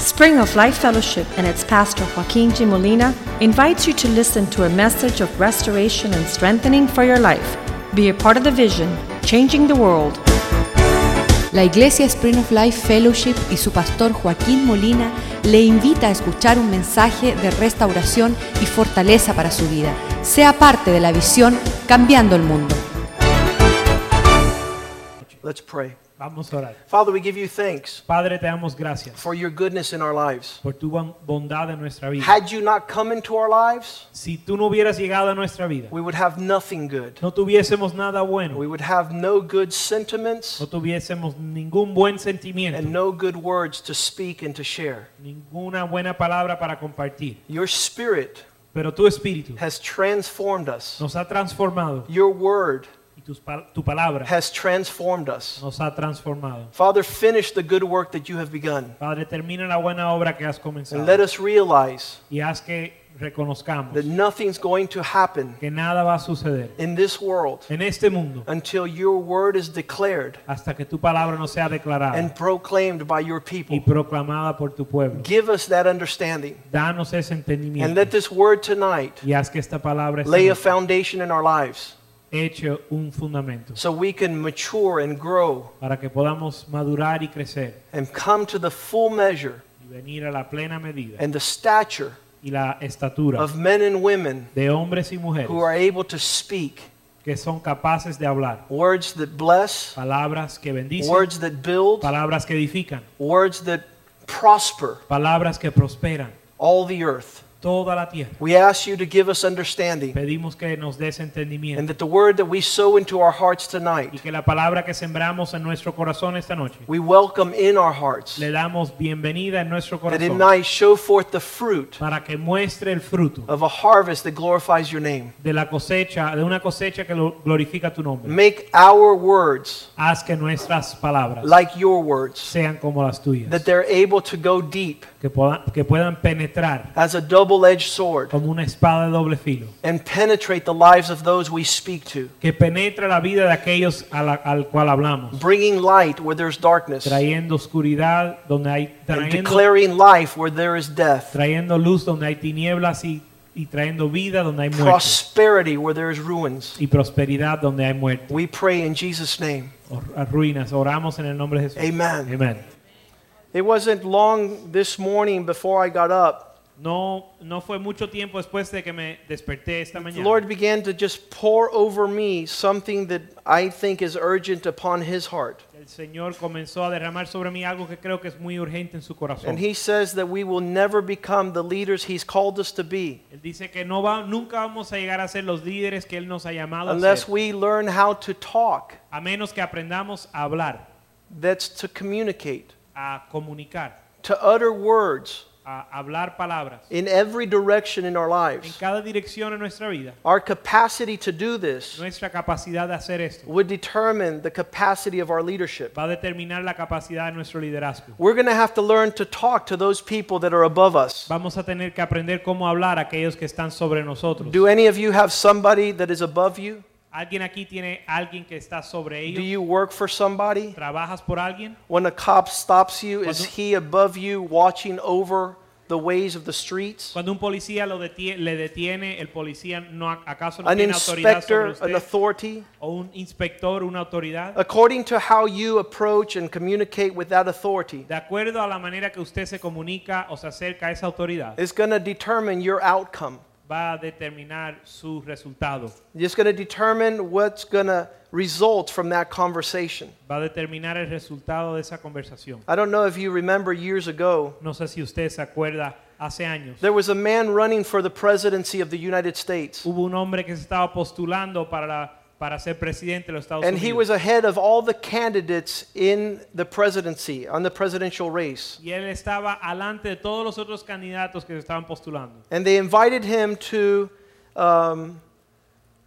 Spring of Life Fellowship and its pastor Joaquin G. Molina invites you to listen to a message of restoration and strengthening for your life. Be a part of the vision, changing the world. La Iglesia Spring of Life Fellowship y su pastor Joaquín Molina le invita a escuchar un mensaje de restauración y fortaleza para su vida. Sea parte de la visión Cambiando el Mundo. Let's pray. Vamos a orar. Father, we give you thanks Padre, te damos gracias for your goodness in our lives. por tu bon- bondad en nuestra vida. Had you not come into our lives, Si tú no hubieras llegado a nuestra vida, we would have nothing good. no tuviésemos nada bueno, We would have no good sentiments no tuviésemos ningún buen sentimiento, and no good words to speak and to share. ninguna buena palabra para compartir. Your spirit Pero tu espíritu has transformed us. nos ha transformado Your word y tus pal- tu palabra has transformed us. nos ha transformado. Father, finish the good work that you have begun Padre, termina la buena obra que has and let comenzado us realize y haz que reconozcamos that nothing's going to happen que nada va a suceder in this world en este mundo until your word is declared hasta que tu palabra no sea declarada and proclaimed by your y people. proclamada por tu pueblo. Give us that understanding. Danos ese And entendimiento let this word tonight y haz que esta palabra lay a esté foundation in our lives hecho un fundamento so we can mature and grow para que podamos madurar y crecer and come to the full measure y venir a la plena medida and the stature y la estatura of men and women de hombres y mujeres who are able to speak que son capaces de hablar words that bless, palabras que bendicen, words that build, palabras que edifican, words that prosper palabras que prosperan all the earth. toda la tierra. We ask you to give us understanding Pedimos que nos des and entendimiento that the word that we sow into our hearts y tonight, que la palabra que sembramos en nuestro corazón esta noche we welcome in our hearts, le damos bienvenida en nuestro that it corazón might show forth the fruit para que muestre el fruto of a harvest that glorifies your name. de la cosecha, de una cosecha que lo- glorifica tu nombre. Make our words Haz que nuestras palabras like your words, sean como las that tuyas, they're able to go deep que, poda- que puedan penetrar as a double edged sword como una espada de doble filo, and penetrate the lives of those we speak to, que penetra la vida de aquellos a la- al cual hablamos, bringing light where there's darkness trayendo oscuridad donde hay, and trayendo, declaring life where there is death, trayendo luz donde hay tinieblas y, y trayendo vida donde hay muerte prosperity where there is ruins. y prosperidad donde hay muerte We pray in Jesus' name. o r- ruinas. Oramos en el nombre de Jesús. Amen. Amén. It wasn't long this morning before I got up. No, no fue mucho tiempo después de que me desperté esta The mañana. Lord began to just pour over me something that I think is urgent upon His heart. El Señor comenzó a derramar sobre mí algo que creo que es muy urgente en su corazón. And he says that we will never become the leaders he's called us to be Él dice que no va, nunca vamos a llegar a ser los líderes que Él nos ha llamado a unless ser, we learn how to talk. a menos que aprendamos a hablar, That's to communicate, a comunicar, to utter words a hablar palabras in every direction in our en lives. cada dirección en nuestra vida. Our capacity to do this Nuestra capacidad de hacer esto would determine the capacity of our leadership. va a determinar la capacidad de nuestro liderazgo. We're going to have to learn to talk to those people that are above us. Vamos a tener que aprender cómo hablar a aquellos que están sobre nosotros. Do any of you have somebody that is above you? ¿Alguien aquí tiene alguien que está sobre Do ellos? you work for somebody? ¿Trabajas por alguien? When a cop stops you, is Cuando- he above you watching over the ways of the streets? Cuando un policía lo detie- le detiene, el policía no a- acaso no an tiene autoridad inspector, sobre an usted authority, o un inspector, una autoridad. according to how you approach and communicate with that authority, De acuerdo a la manera que usted se comunica o se acerca a esa autoridad, is going to determine your outcome. va a determinar su resultado, It's going to determine what's going to result from that conversation. va a determinar el resultado de esa conversación. I don't know if you remember years ago, No sé si usted se acuerda, hace años there was a man running for the presidency of the United States. hubo un hombre que se estaba postulando para la para ser presidente de los Estados And Unidos. he was ahead of all the candidates in the presidency, on the presidential race. y él estaba alante de todos los otros candidatos que se estaban postulando. And they invited him to, um,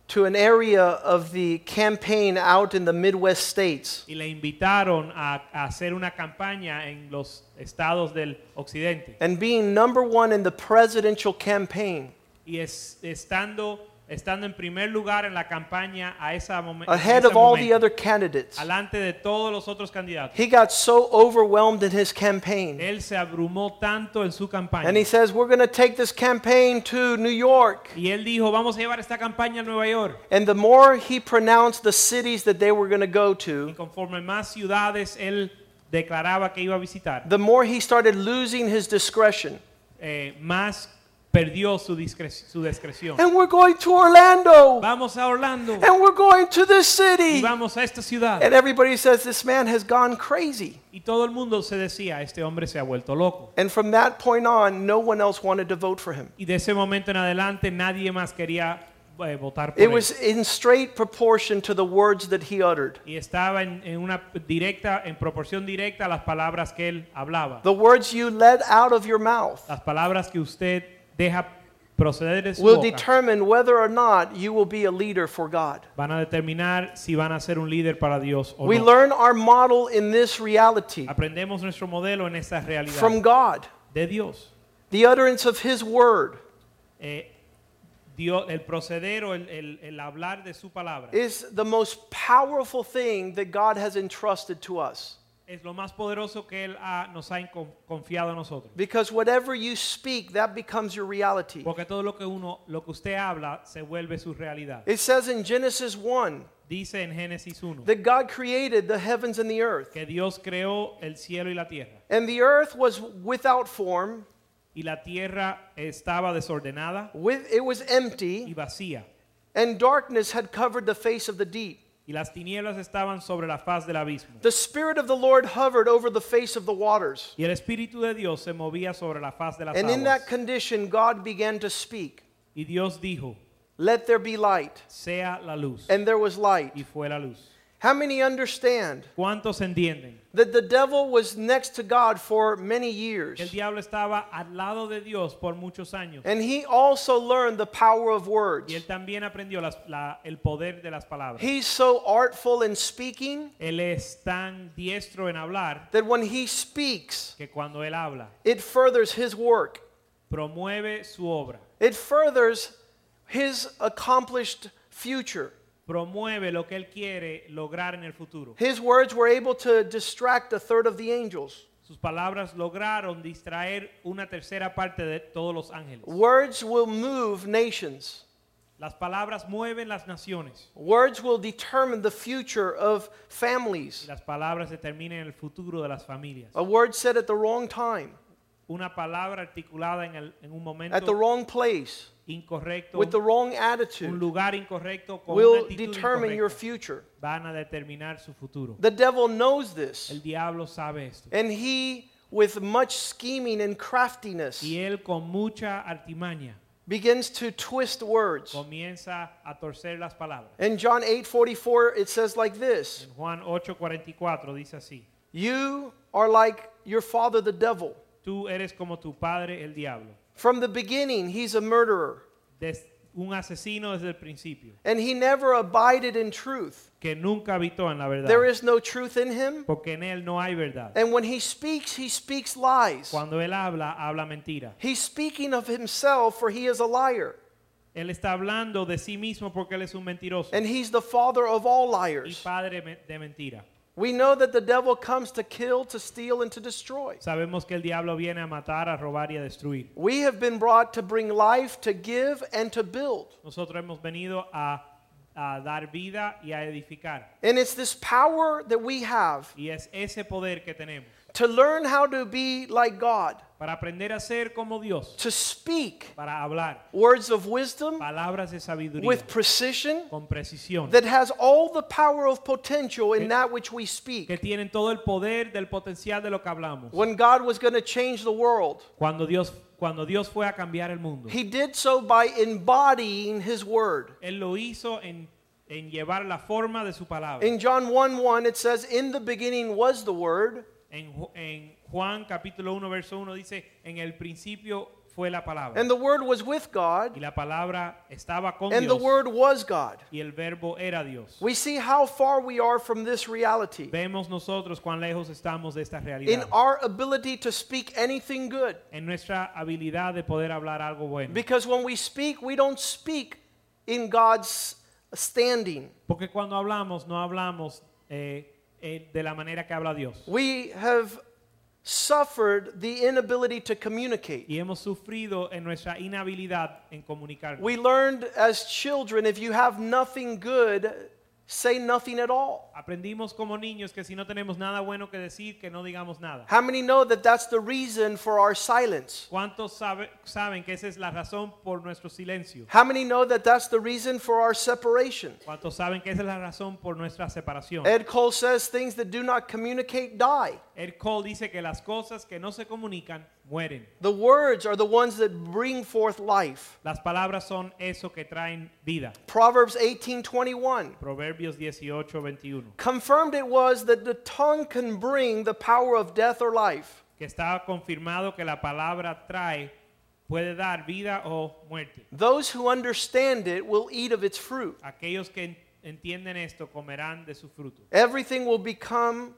to an area of the campaign out in the Midwest states. Y le invitaron a, a hacer una campaña en los estados del occidente. And being number one in the presidential campaign, Y es, estando, estando en primer lugar en la campaña a esa momen- en ahead ese of all the momento, other candidates, alante de todos los otros candidatos. he got so overwhelmed in his campaign. Él se abrumó tanto en su campaña. And he says, We're going to take this campaign to New York. Y él dijo, vamos a llevar esta campaña a Nueva York. And the more he pronounced the cities that they were going to go Y to, conforme más ciudades él declaraba que iba a visitar, the more he started losing his discretion. eh, más perdió su, discre- su discreción. And we're going to Orlando. Vamos a Orlando And we're going to this y city. vamos a esta ciudad. And everybody says, This man has gone crazy. Y todo el mundo se decía, este hombre se ha vuelto loco. And from that point on, no one else wanted to vote for him. Y de ese momento en adelante nadie más quería eh, votar por It él. was in straight proportion to the words that he uttered. Y estaba en, en una directa, en proporción directa a las palabras que él hablaba. The words you let out of your mouth Las palabras que usted deja proceder de su will boca determine whether or not you will be a leader for God. van a determinar si van a ser un líder para Dios o We Oh, no. learn our model in this reality Aprendemos nuestro modelo en esta realidad from God. de Dios. the utterance of his word Eh, Dios, el proceder o el, el- el hablar de su palabra is the most powerful thing that God has entrusted to us. es lo más poderoso que Él ha- nos ha encon- confiado a nosotros. Because whatever you speak, that becomes your reality. Porque todo lo que uno, lo que usted habla, se vuelve su realidad. It says in Genesis 1 Dice en Génesis 1 that God created the heavens and the earth, que Dios creó el cielo y la tierra. and the earth was without form, Y la tierra estaba desordenada with, it was y empty, vacía. and darkness had covered the face of the deep. Y las tinieblas estaban sobre la faz del abismo. The Spirit of the Lord hovered over the face of the waters. Y el Espíritu de Dios se movía sobre la faz de las And in that aguas. condition, God began to speak, Y Dios dijo, Let there be light. sea la luz. And there was light. Y fue la luz. How many understand ¿Cuántos entienden? that the devil was next to God for many Que el years? diablo estaba al lado de Dios por muchos años. And he also learned the power of words. Y él también aprendió las- la- el poder de las palabras. He's so artful in speaking Él es tan diestro en hablar that when he speaks, que cuando él habla, it furthers his work, promueve su obra, it furthers his accomplished future. promueve lo que él quiere lograr en el futuro. His words were able to distract a third of the angels. Sus palabras lograron distraer una tercera parte de todos los ángeles. Words will move nations. Las palabras mueven las naciones. Words will determine the future of Y families. las palabras determinan el futuro de las familias. A word said at the wrong time, Una palabra articulada en, el- en un at the momento wrong place, incorrecto, with the wrong un attitude lugar incorrecto, con una will actitud determine your incorrecta, future. van a determinar su futuro. The devil knows this, El diablo sabe esto. and he, with much scheming and craftiness, Y él con mucha artimaña begins to twist words. comienza a torcer las palabras. In John 8:44, it says like this: En Juan 8:44 dice así, "You are like your father, the devil. tú eres como tu padre el diablo, From the beginning, he's a murderer, des- un asesino desde el principio, and he never abided in truth. que nunca habitó en la verdad, There is no truth in him, porque en él no hay verdad. and when he speaks, he speaks lies. Cuando él habla, habla mentira. He's speaking of himself, for he is a liar, Él está hablando de sí mismo porque él es un mentiroso and he's the father of all y liars." padre me- de mentira. We know that the devil comes to kill, to steal, and to destroy. Sabemos que el diablo viene a matar, a robar y a destruir. We have been brought to bring life, to give, and to build. Nosotros hemos venido a, a dar vida y a edificar. And it's this power that we have Y es ese poder que tenemos to learn how to be like God, para aprender a ser como Dios, to speak para hablar words of wisdom palabras de sabiduría with precision con precisión, that has all the power of potential in that which we que speak. tienen todo el poder del potencial de lo que hablamos. When God was going to change the world, Cuando Dios, cuando Dios fue a cambiar el mundo, he did so by embodying his word. Él lo hizo en en llevar la forma de su palabra. In John 1 1, it says, In the beginning was the Word, En, Ju- en Juan capítulo 1, verso 1 dice, en el principio fue la palabra. and the Word was with Y God, la palabra estaba con and the Dios. Word was God. Y el verbo era Dios. We see how far we are from this reality Vemos nosotros cuán lejos estamos de esta in realidad. our ability to speak anything good. en nuestra habilidad de poder hablar algo bueno. Because when we speak, we don't speak in God's standing. Porque cuando hablamos, no hablamos eh, eh, de la manera que habla Dios. We have suffered the inability to communicate. Y hemos sufrido en nuestra inhabilidad en comunicarnos. We learned as children if you have nothing good, say nothing at all. Aprendimos como niños que si no tenemos nada bueno que decir, que no digamos nada. How many know that that's the reason for our silence? ¿Cuántos sabe- saben que esa es la razón por nuestro silencio? How many know that that's the reason for our separation? ¿Cuántos saben que esa es la razón por nuestra separación? Ed Cole says things that do not communicate die. Ed Cole dice que las cosas que no se comunican mueren. The words are the ones that bring forth life. Las palabras son eso que traen vida. Proverbs 18:21 Proverbios 18, 21. confirmed it was that the tongue can bring the power of death or life. que está confirmado que la palabra trae puede dar vida o muerte. Those who understand it will eat of its fruit. Aquellos que en- entienden esto comerán de su fruto. Everything will become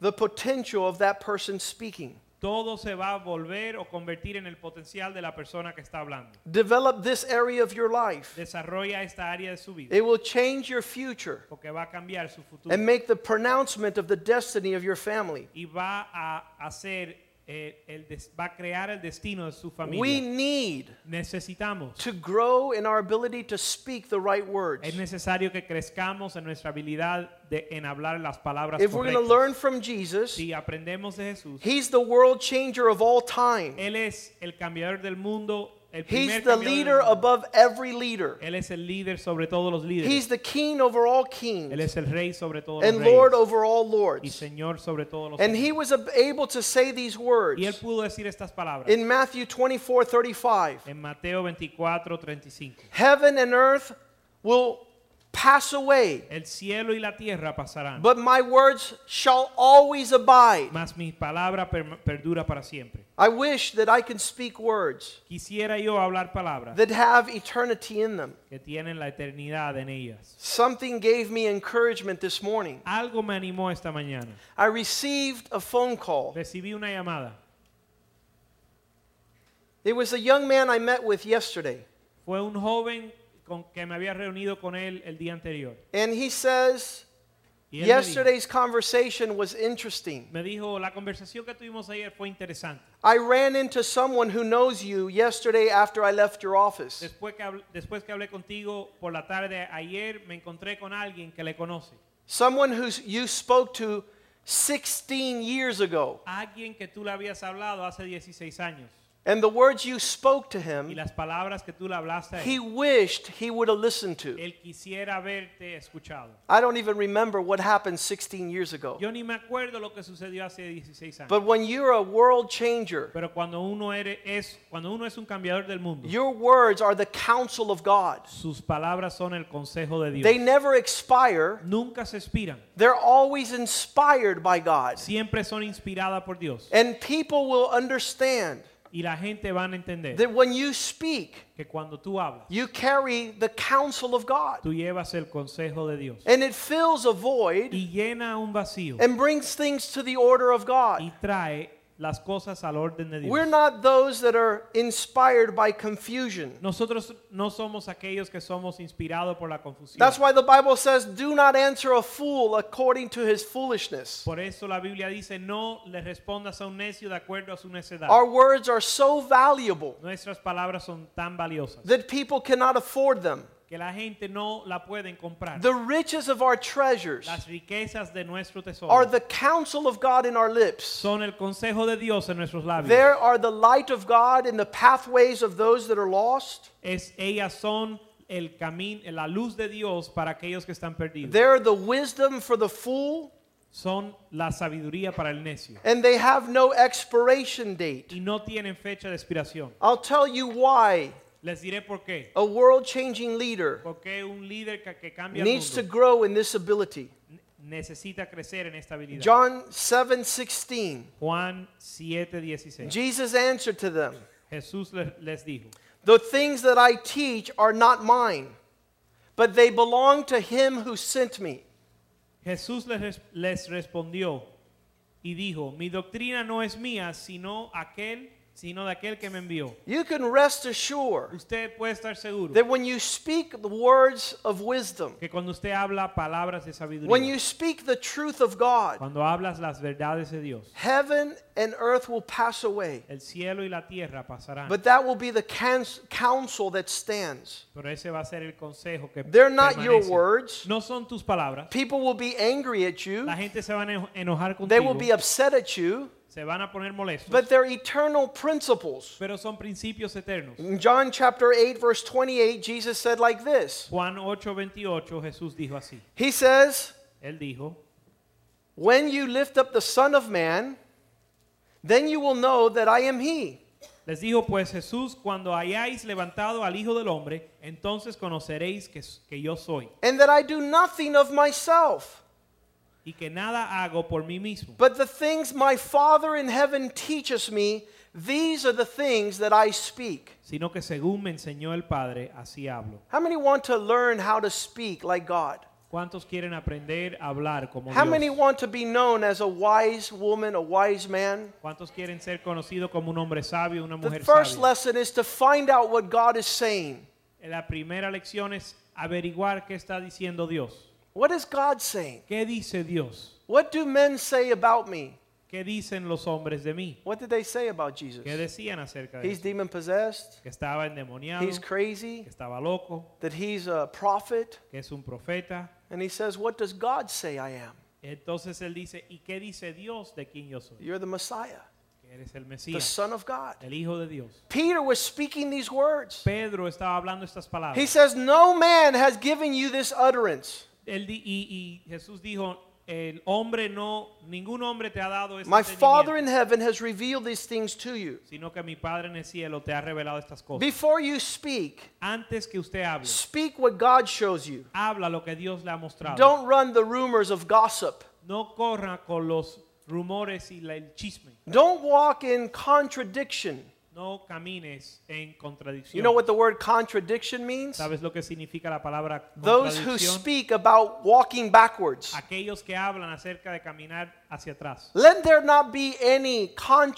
the potential of that person speaking. Todo se va a volver o convertir en el potencial de la persona que está hablando. Develop this area of your life. Desarrolla esta área de su vida It will change your future porque va a cambiar su futuro and make the pronouncement of the destiny of your family. y va a hacer eh, el des- va a crear el destino de su We familia. need Necesitamos to grow in our ability to speak the right words. es necesario que crezcamos en nuestra habilidad de en hablar las palabras If we're going to correctas. learn from Jesus, si aprendemos de Jesús, He's the world changer of all time. Él es el cambiador del mundo, el He's primer the cambiador del leader mundo. above every leader. Él es el líder sobre todos los líderes. He's the king over all Él kings es el rey sobre todos and los reyes Lord over all y lords. señor sobre todos los And señores. he was ab- able to say these Y él words pudo decir estas palabras in Matthew 24 35. en Mateo 24, 35. Heaven and earth will pass away, El cielo y la tierra pasarán, but my words shall always abide. mas mi palabra per- perdura para siempre. I wish that I can speak words Quisiera yo hablar palabras that have eternity in them. que tienen la eternidad en ellas. Something gave me encouragement this morning. Algo me animó esta mañana. I received a phone call. Recibí una llamada. It was a young man I met with yesterday, Fue un joven con que me había reunido con él el día anterior. and he says, Y él me dijo- Yesterday's conversation was interesting. Me dijo, la conversación que tuvimos ayer fue interesante. I ran into someone who knows you yesterday after I left your office. Después que, habl- después que hablé contigo por la tarde ayer, me encontré con alguien que le conoce. Someone who you spoke to 16 years ago. Alguien que tú le habías hablado hace 16 años. And the words you spoke to Y him, las palabras que tú le hablaste, a he él, wished he would have listened to. él quisiera haberte escuchado. I don't even remember what happened 16 years ago. Yo ni me acuerdo lo que sucedió hace 16 años. But when you're a world changer, Pero cuando uno, eres, es, cuando uno es un cambiador del mundo, your words are the counsel of God. sus palabras son el consejo de Dios. They never expire. Nunca se expiran. They're always inspired by God. Siempre son inspiradas por Dios. And people will understand Y la gente va a entender that when you speak, que cuando tú hablas, you carry the counsel of God. Tú llevas el consejo de Dios And it fills a void y llena un vacío and brings things to the order of y God. trae las cosas al orden de We're Dios. not those that are inspired by confusion. Nosotros no somos aquellos que somos inspirados por la confusión. That's why the Bible says, Do not answer a fool according to his foolishness. Por eso la Biblia dice, no le respondas a un necio de acuerdo a su necedad. Our words are so valuable Nuestras palabras son tan valiosas that people cannot afford them. que la gente no la pueden comprar. The riches of our treasures Las riquezas de nuestro are tesoro the counsel of God in our lips. son el consejo de Dios en nuestros labios. There are the light of God in the pathways of those that are lost. Es, ellas son el camino, la luz de Dios para aquellos que están perdidos. They're the wisdom for the fool, Son la sabiduría para el necio. and they have no expiration date. y no tienen fecha de expiración. I'll tell you why Les diré por qué. A world changing leader Porque un líder ca- que cambia el needs to mundo grow in this ability. ne- necesita crecer en esta habilidad. John 7:16. Juan 7:16. Jesus answered to them, Jesús le- les dijo, "The things that I teach are not mine, but they belong to him who sent me." Jesús les, res- les respondió y dijo, mi doctrina no es mía, sino aquel, sino de aquel que me envió. You can rest assured Usted puede estar seguro that when you speak the words of wisdom, que cuando usted habla palabras de sabiduría, when you speak the truth of God, cuando hablas las verdades de Dios, heaven and earth will pass away, el cielo y la tierra pasarán. but that will be the cans- counsel that stands. pero ese va a ser el consejo que They're not your permanece. words. No son tus palabras. People will be angry at you. La gente se van a eno- enojar They contigo. will be upset at you, se van a poner molestos. but they're eternal principles. pero son principios eternos. In John chapter 8 verse 28, Jesus said like this. Juan 8:28 Jesús dijo así. He says, Él dijo, "When you lift up the son of man, then you will know that I am he." les dijo pues Jesús, cuando hayáis levantado al Hijo del Hombre, entonces conoceréis que, s- que yo soy and that I do nothing of myself, y que nada hago por mí mismo, but the things my Father in heaven teaches me, these are the things that I speak. sino que según me enseñó el Padre, así hablo. How many want to learn how to speak like God? ¿Cuántos quieren aprender a hablar como How Dios? many want to be known as a wise woman, a wise man? ¿Cuántos quieren ser conocidos como un hombre sabio, una The mujer first sabia? lesson is to find out what God is saying. La primera lección es averiguar qué está diciendo Dios. What is God saying? ¿Qué dice Dios? What do men say about me? ¿Qué dicen los hombres de mí? What did they say about Jesus? ¿Qué decían acerca de He's él? demon possessed. Que estaba endemoniado, He's que crazy. estaba loco, That he's a prophet. que es un profeta. And he says, What does God say I am? Entonces él dice, ¿y qué dice Dios de quién yo soy? You're the Messiah, Que eres el the Mesías, Son of God. el Hijo de Dios. Peter was speaking these words. Pedro estaba hablando estas palabras. He says, No man has given you this utterance. Él di- y, y Jesús dijo, el hombre no, ningún hombre te ha dado este My Father entendimiento, in heaven has revealed these things to you. sino que mi Padre en el cielo te ha revelado estas cosas. Before you speak, Antes que usted hable, speak what God shows you. habla lo que Dios le ha mostrado. Don't run the rumors of gossip. no corra con los rumores y la- el chisme. Don't walk in contradiction. No camines en contradicción. You know what the word contradiction means? ¿Sabes lo que significa la palabra Those who contradicción? speak about walking backwards. Aquellos que hablan acerca de caminar hacia atrás. Let there not be any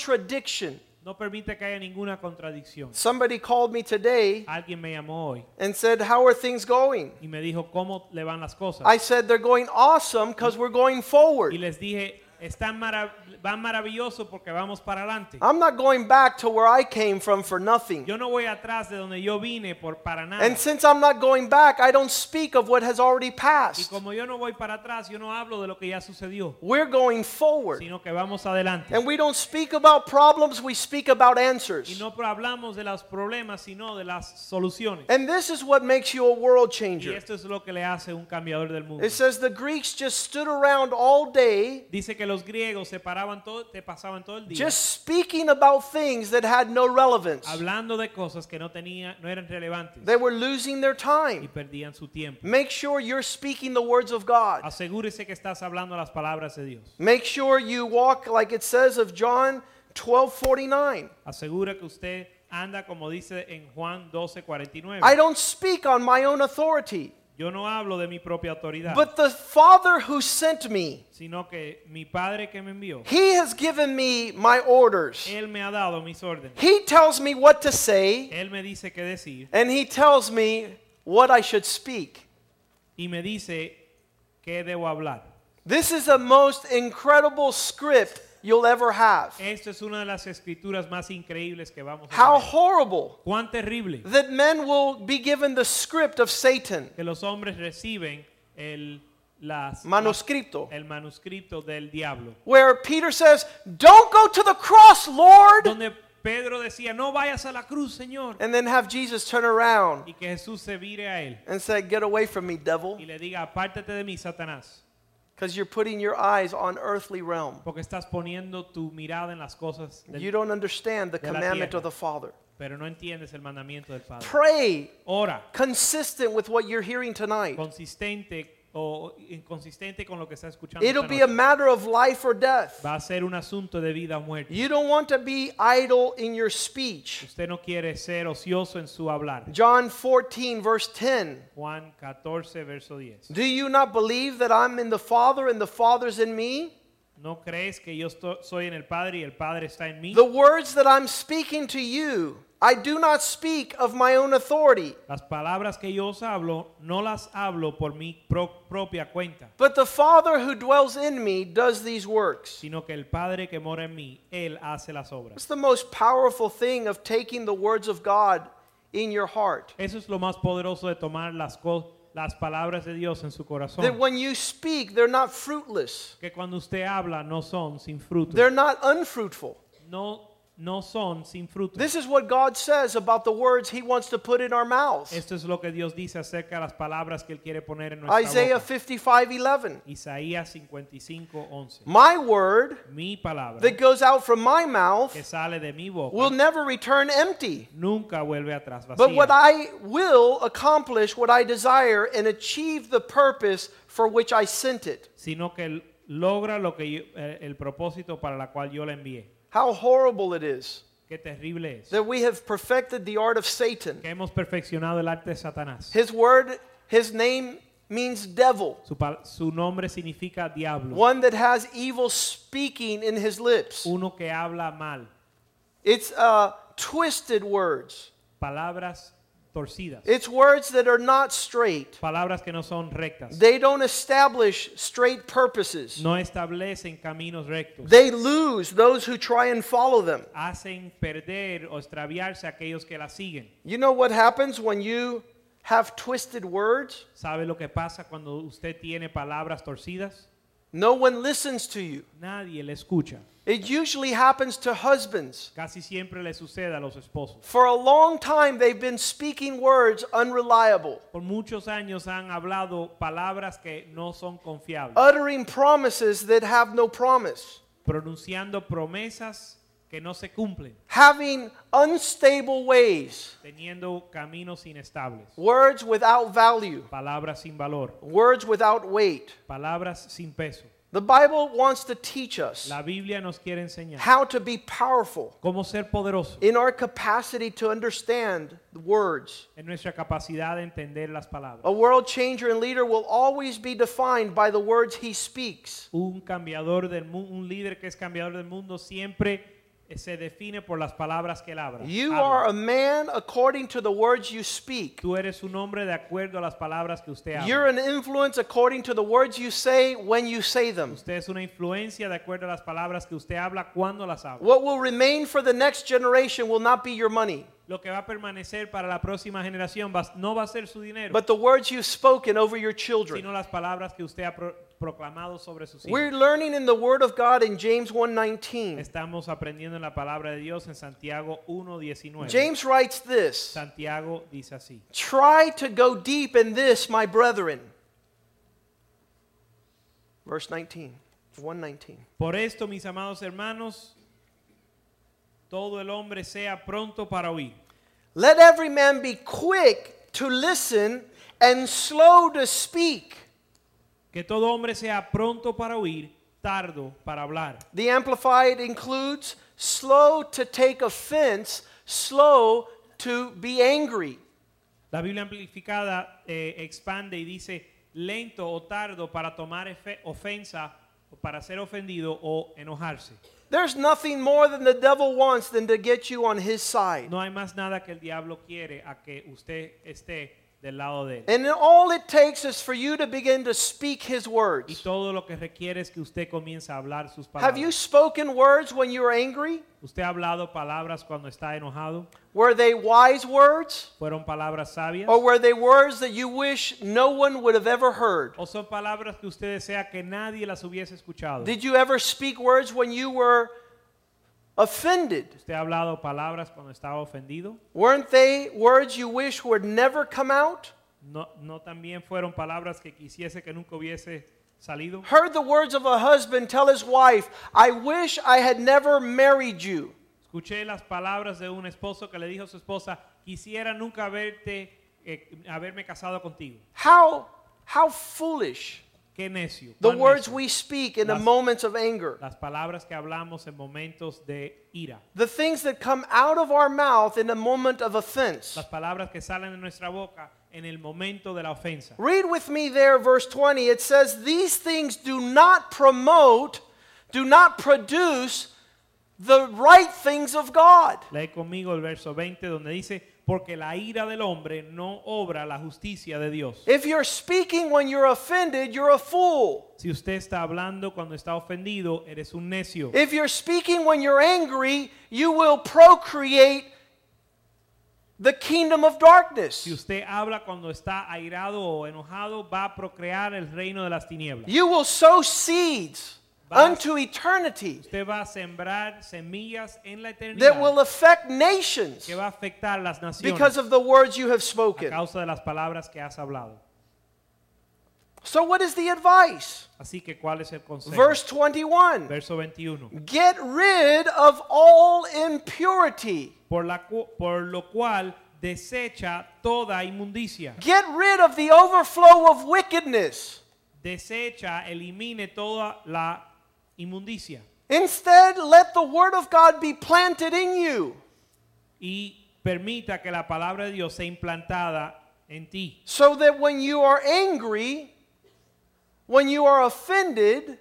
contradiction. No permite que haya ninguna contradicción. Somebody called me today Alguien me llamó hoy and said, How are things going? y me dijo cómo le van las cosas. I said, They're going awesome because we're going y forward. les dije, están marav- van maravilloso porque vamos para adelante. I'm not going back to where I came from for nothing. Yo no voy atrás de donde yo vine por para nada. And since I'm not going back, I don't speak of what has already y passed. como yo no voy para atrás, yo no hablo de lo que ya sucedió, We're going forward. sino que vamos adelante. And we don't speak about problems, we speak about Y answers. no pro- hablamos de los problemas, sino de las soluciones. And this is what makes you a world Y changer. esto es lo que le hace un cambiador del mundo. It says the Greeks just stood around all day Dice que los griegos se paraban todo, te pasaban todo el día just speaking about things that had no relevance. hablando de cosas que no tenía, no eran relevantes They were losing their y time. perdían su tiempo. Make sure you're speaking the words of God. Asegúrese que estás hablando las palabras de Dios. Make sure you walk like it says of John 12:49. Asegura que usted anda como dice en Juan 12:49. I don't speak on my own authority, Yo no hablo de mi propia autoridad, but the Father who sent me. sino que mi Padre que me envió, He has given me my orders. él me ha dado mis órdenes. He tells me what to say, Él me dice qué decir and he tells me what I should speak. y me dice qué debo hablar. This is the most incredible script you'll ever have. Esto es una de las escrituras más increíbles que vamos a How tener. horrible Cuán terrible that men will be given the script of Satan, que los hombres reciben el las manuscrito. el manuscrito del diablo. where Peter says, Don't go to the cross, Lord. Donde Pedro decía, "No vayas a la cruz, Señor." And then have Jesus turn around Y que Jesús se vire a él and say, Get away from me, devil. y le diga, "Apártate de mí, Satanás." because you're putting your eyes on earthly realm. porque estás poniendo tu mirada en las cosas, del- You don't understand the de la commandment tierra. of the Father. pero no entiendes el mandamiento del Padre. Pray Ora, consistent with what you're hearing tonight. consistente o inconsistente con lo que está escuchando. esta It'll be a noche. matter of life or death. Va a ser un asunto de vida o muerte. You don't want to be idle in your speech. Usted no quiere ser ocioso en su hablar. John 14, verse 10. Juan 14, verso 10. Do you not believe that I'm in the Father and the Father's in me? ¿No crees que yo esto- soy en el Padre y el Padre está en mí? The words that I'm speaking to you, I do not speak of my own authority, Las palabras que yo os hablo, no las hablo por mi pro- propia cuenta, but the Father who dwells in me does these works. sino que el Padre que mora en mí, Él hace What's las obras. the most powerful thing of taking the words of God in your heart? Eso es lo más poderoso de tomar las, co- las palabras de Dios en su That corazón. when you speak, they're not fruitless, Que cuando usted habla no son sin fruto. they're not unfruitful. No, no son sin fruto. This is what God says about the words He wants to put in our mouths. Esto es lo que Dios dice acerca de las palabras que Él quiere poner en nuestra Isaiah boca. 55 11. Isaías 55, 11. My word Mi palabra that goes out from my mouth que sale de mi boca will never return empty. nunca vuelve atrás But what I vacía, will accomplish what I desire and achieve the purpose for which I sent it. sino que logra lo que yo- eh, el propósito para la cual yo la envié. How horrible it is Qué terrible es that we have perfected the art of Satan. que hemos perfeccionado el arte de Satanás. His word, his name means devil, Su, pal- su nombre significa diablo, one that has evil speaking in his lips. uno que habla mal, It's uh, twisted words, palabras torcidas, it's words that are not straight. palabras que no son rectas, They don't establish straight purposes, no establecen caminos rectos, they lose those who try and follow them. hacen perder o extraviarse a aquellos que la siguen. You know what happens when you have twisted words? ¿Sabe lo que pasa cuando usted tiene palabras torcidas? No one listens to you. Nadie le escucha. It usually happens to husbands. Casi siempre le sucede a los esposos. For a long time, they've been speaking words unreliable, Por muchos años han hablado palabras que no son confiables, uttering promises that have no promise, pronunciando promesas que no se cumplen, having unstable ways, teniendo caminos inestables, words without value, palabras sin valor, words without weight. palabras sin peso. The Bible wants to teach us La Biblia nos quiere enseñar how to be powerful cómo ser poderoso in our capacity to understand the words. en nuestra capacidad de entender las palabras. A world changer and leader will always be defined by the words he speaks. Un cambiador del mu- un líder que es cambiador del mundo siempre eh, se define por las palabras que él habla. You habla. are a man according to the words you speak. Tú eres un hombre de acuerdo a las palabras que usted habla. You're an influence according to the words you say when you say them. Usted es una influencia de acuerdo a las palabras que usted habla cuando las habla. What will remain for the next generation will not be your money, Lo que va a permanecer para la próxima generación va- no va a ser su dinero, but the words you've spoken over your children. sino las palabras que usted ha pro- proclamado sobre sus We're hijos. learning in the word of God in James 1:19. Estamos aprendiendo en la palabra de Dios en Santiago 1:19. James writes this, Santiago dice así: "Try to go deep in this, my brethren." Verse 19. 119. Por esto, mis amados hermanos, todo el hombre sea pronto para oír, Let every man be quick to listen and slow to speak. que todo hombre sea pronto para oír, tardo para hablar. The Amplified includes slow to take offense, slow to be angry. La Biblia amplificada eh, expande y dice lento o tardo para tomar efe- ofensa, o para ser ofendido o enojarse. There's nothing more than the devil wants than to get you on his side. No hay más nada que el diablo quiere a que usted esté del lado de él. And all it takes is for you to begin to speak his Y words. todo lo que requiere es que usted comience a hablar sus Have you palabras. spoken words when you're angry? ¿Usted ha hablado palabras cuando está enojado? Were they wise words? ¿Fueron palabras sabias? Or were they words that you wish no one would have ever heard? ¿O son palabras que usted desea que nadie las hubiese escuchado? Did you ever speak words when you were offended? ¿Usted ha hablado palabras cuando estaba ofendido? Weren't they words you wish would never come out? No, no también fueron palabras que quisiese que nunca hubiese salido, heard the words of a husband tell his wife, I wish I had never married you. escuché las palabras de un esposo que le dijo a su esposa, quisiera nunca haberte, eh, haberme casado contigo. How, how foolish Qué necio. the cuán words necio. we speak in the Las- moments of anger. Las palabras que hablamos en momentos de ira. The things that come out of our mouth in a moment of offense. Las palabras que salen de nuestra boca en el momento de la ofensa. Read with me there, verse 20. It says, These things do not promote, do not produce the right things of God. Lee conmigo el verso 20 donde dice, porque la ira del hombre no obra la justicia de Dios. If you're speaking when you're offended, you're a fool. Si usted está hablando cuando está ofendido, eres un necio. If you're speaking when you're angry, you will procreate the kingdom of darkness. Si usted habla cuando está airado o enojado, va a procrear el reino de las tinieblas. You will sow seeds Vas- unto eternity Usted va a sembrar semillas en la that will eternidad affect nations que va a afectar las because naciones of the words you have a spoken. causa de las palabras que has hablado. So, what is the advice? Así que, ¿cuál es el consejo? Verse 21 Verso 21. Get rid of all impurity, Por, la cu- por lo cual desecha toda inmundicia. get rid of the overflow of wickedness. Desecha, elimine toda la inmundicia. Instead, let the word of God be planted in you Y permita que la palabra de Dios sea implantada en ti. so that when you are angry, when you are offended,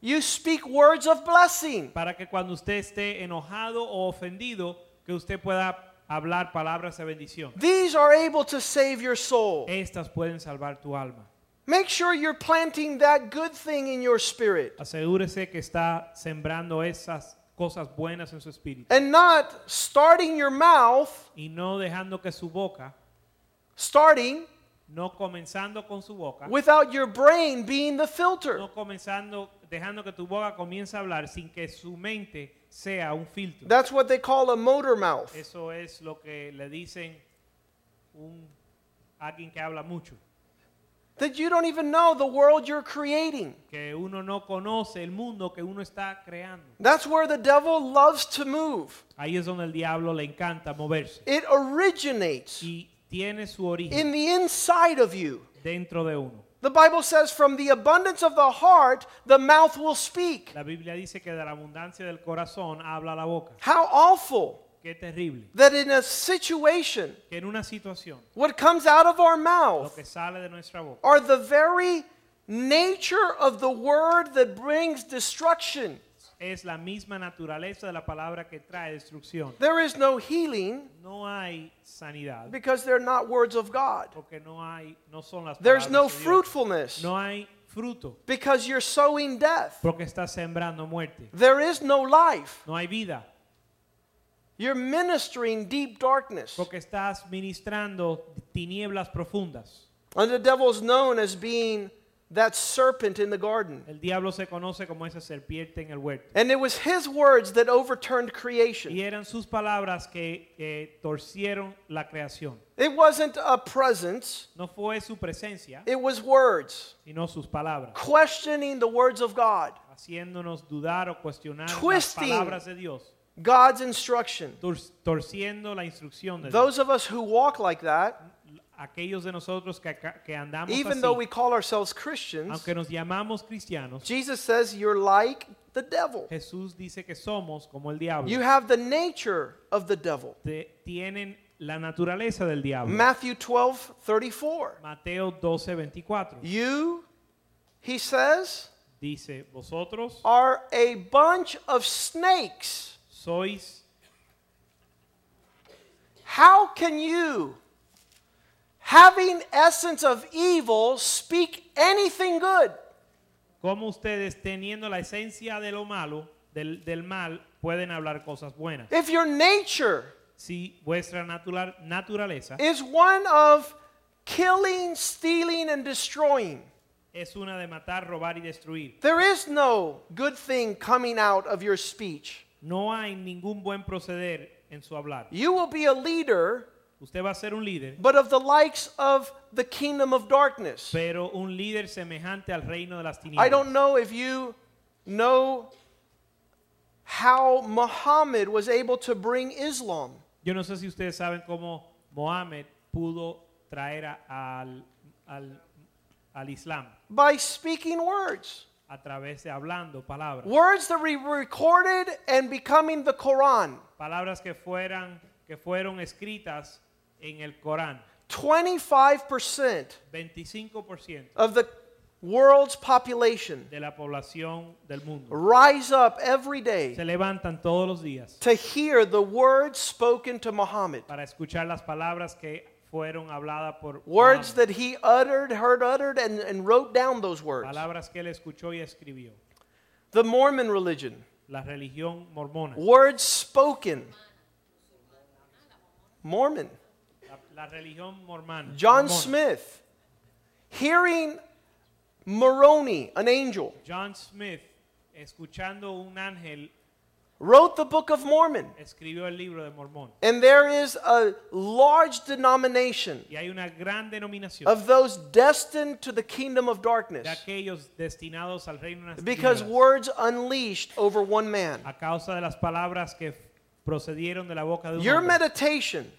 you speak words of blessing. para que cuando usted esté enojado o ofendido, que usted pueda hablar palabras de bendición. These are able to save your soul. Estas pueden salvar tu alma. Make sure you're planting that good thing in your spirit Asegúrese que está sembrando esas cosas buenas en su espíritu and not starting your mouth, y no dejando que su boca, starting no comenzando con su boca, without your brain being the filter. no comenzando, dejando que tu boca comience a hablar sin que su mente sea un filtro. That's what they call a motor mouth. Eso es lo que le dicen un alguien que habla mucho, That you don't even know the world you're creating. que uno no conoce el mundo que uno está creando. That's where the devil loves to move. Ahí es donde el diablo le encanta moverse. It originates Y tiene su origen in the inside of you. dentro de uno. The Bible says, from the abundance of the heart, the mouth will speak. La Biblia dice que de la abundancia del corazón habla la boca. How awful Qué terrible. that in a situation, Que en una situación what comes out of our lo mouth que sale de nuestra boca are the very nature of the word that brings destruction. es la misma naturaleza de la palabra que trae destrucción. There is no healing No hay sanidad because they're not words of God. porque no hay no son las There's palabras no de Dios. fruitfulness No hay fruto because you're sowing death. porque está sembrando muerte. There is no life. No hay vida You're ministering deep darkness. porque estás ministrando tinieblas profundas. And the devil's known as being that serpent in the garden. El diablo se conoce como esa serpiente en el huerto. And it was his words that overturned Y creation. eran sus palabras que eh, torcieron la creación. It wasn't a presence, No fue su presencia, it was words. sino sus palabras, Questioning the words of God, haciéndonos dudar o cuestionar las Twisting. palabras de Dios, God's instruction. tor- torciendo la instrucción de Dios. Those of us who walk like that, Aquellos de nosotros que, acá- que andamos even así, though we call ourselves Christians, aunque nos llamamos cristianos, Jesus says you're like the devil. Jesús dice que somos como el diablo. You have the nature of the devil. Te- tienen la naturaleza del diablo. Matthew 12, 34. Mateo 12, 24 You, he says, dice, vosotros are a bunch of snakes. sois How can you, having essence of evil, speak anything good? ¿Cómo ustedes teniendo la esencia de lo malo, del, del mal, pueden hablar cosas buenas? If your nature Si vuestra natural, naturaleza is one of killing, stealing, and destroying, es una de matar, robar y destruir, there is no good thing coming out of your speech. no hay ningún buen proceder en su hablar. You will be a leader Usted va a ser un líder, but of the likes of the kingdom of darkness. pero un líder semejante al reino de las tinieblas. I don't know if you know how Muhammad was able to bring Islam. Yo no sé si ustedes saben cómo Mohammed pudo traer a- al, al, al Islam by speaking words. a través de hablando palabras. Words that were recorded and becoming the Quran. Palabras que, fueran, que fueron escritas en el Corán. 25% 25% of the world's population de la población del mundo rise up every day se levantan todos los días to hear the words spoken to Muhammad. para escuchar las palabras que fueron habladas por Words Mohammed. that he uttered, heard uttered, and, and wrote down those words. palabras que él escuchó y escribió. The Mormon religion. La religión mormona, Words spoken. Mormon. la, la religión mormona. John mormona. Smith. Hearing Moroni, an angel. John Smith, escuchando un ángel, wrote the Book of Mormon. escribió el libro de Mormón. And there is a large denomination Y hay una gran denominación of those destined to the kingdom of de darkness aquellos destinados al reino de las because tinieblas words unleashed over one man. a causa de las palabras que procedieron de la boca de un Your hombre. meditation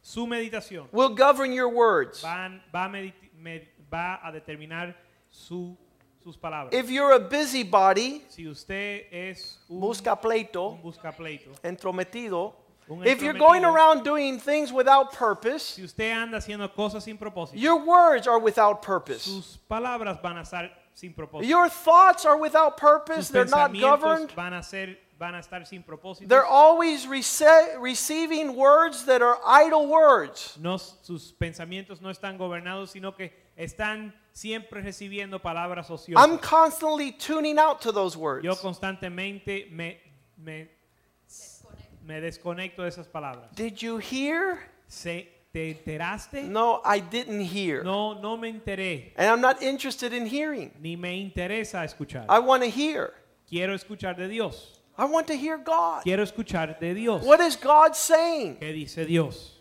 Su meditación will govern your words. van- va, a medit- med- va a determinar su- sus palabras. If you're a busybody, si usted es un, busca pleito, un buscapleito, entrometido, Un if you're going entrometido. around doing things without purpose, si usted anda haciendo cosas sin propósito, your words are without purpose. sus palabras van a estar sin propósito. Your thoughts are without sus purpose. They're not pensamientos governed. van a ser van a estar sin propósito. They're always rece- receiving words that are idle words. No, sus pensamientos no están gobernados, sino que están siempre recibiendo palabras I'm ociosas. constantly tuning out to those words. Yo constantemente me, me, me desconecto de esas palabras. Did you hear? ¿Se, ¿Te enteraste? No, I didn't hear. no, no me enteré, And I'm not interested in hearing. ni me interesa escuchar. I want to hear. Quiero escuchar de Dios. I want to hear God. Quiero escuchar de Dios. What is God saying? ¿Qué dice Dios?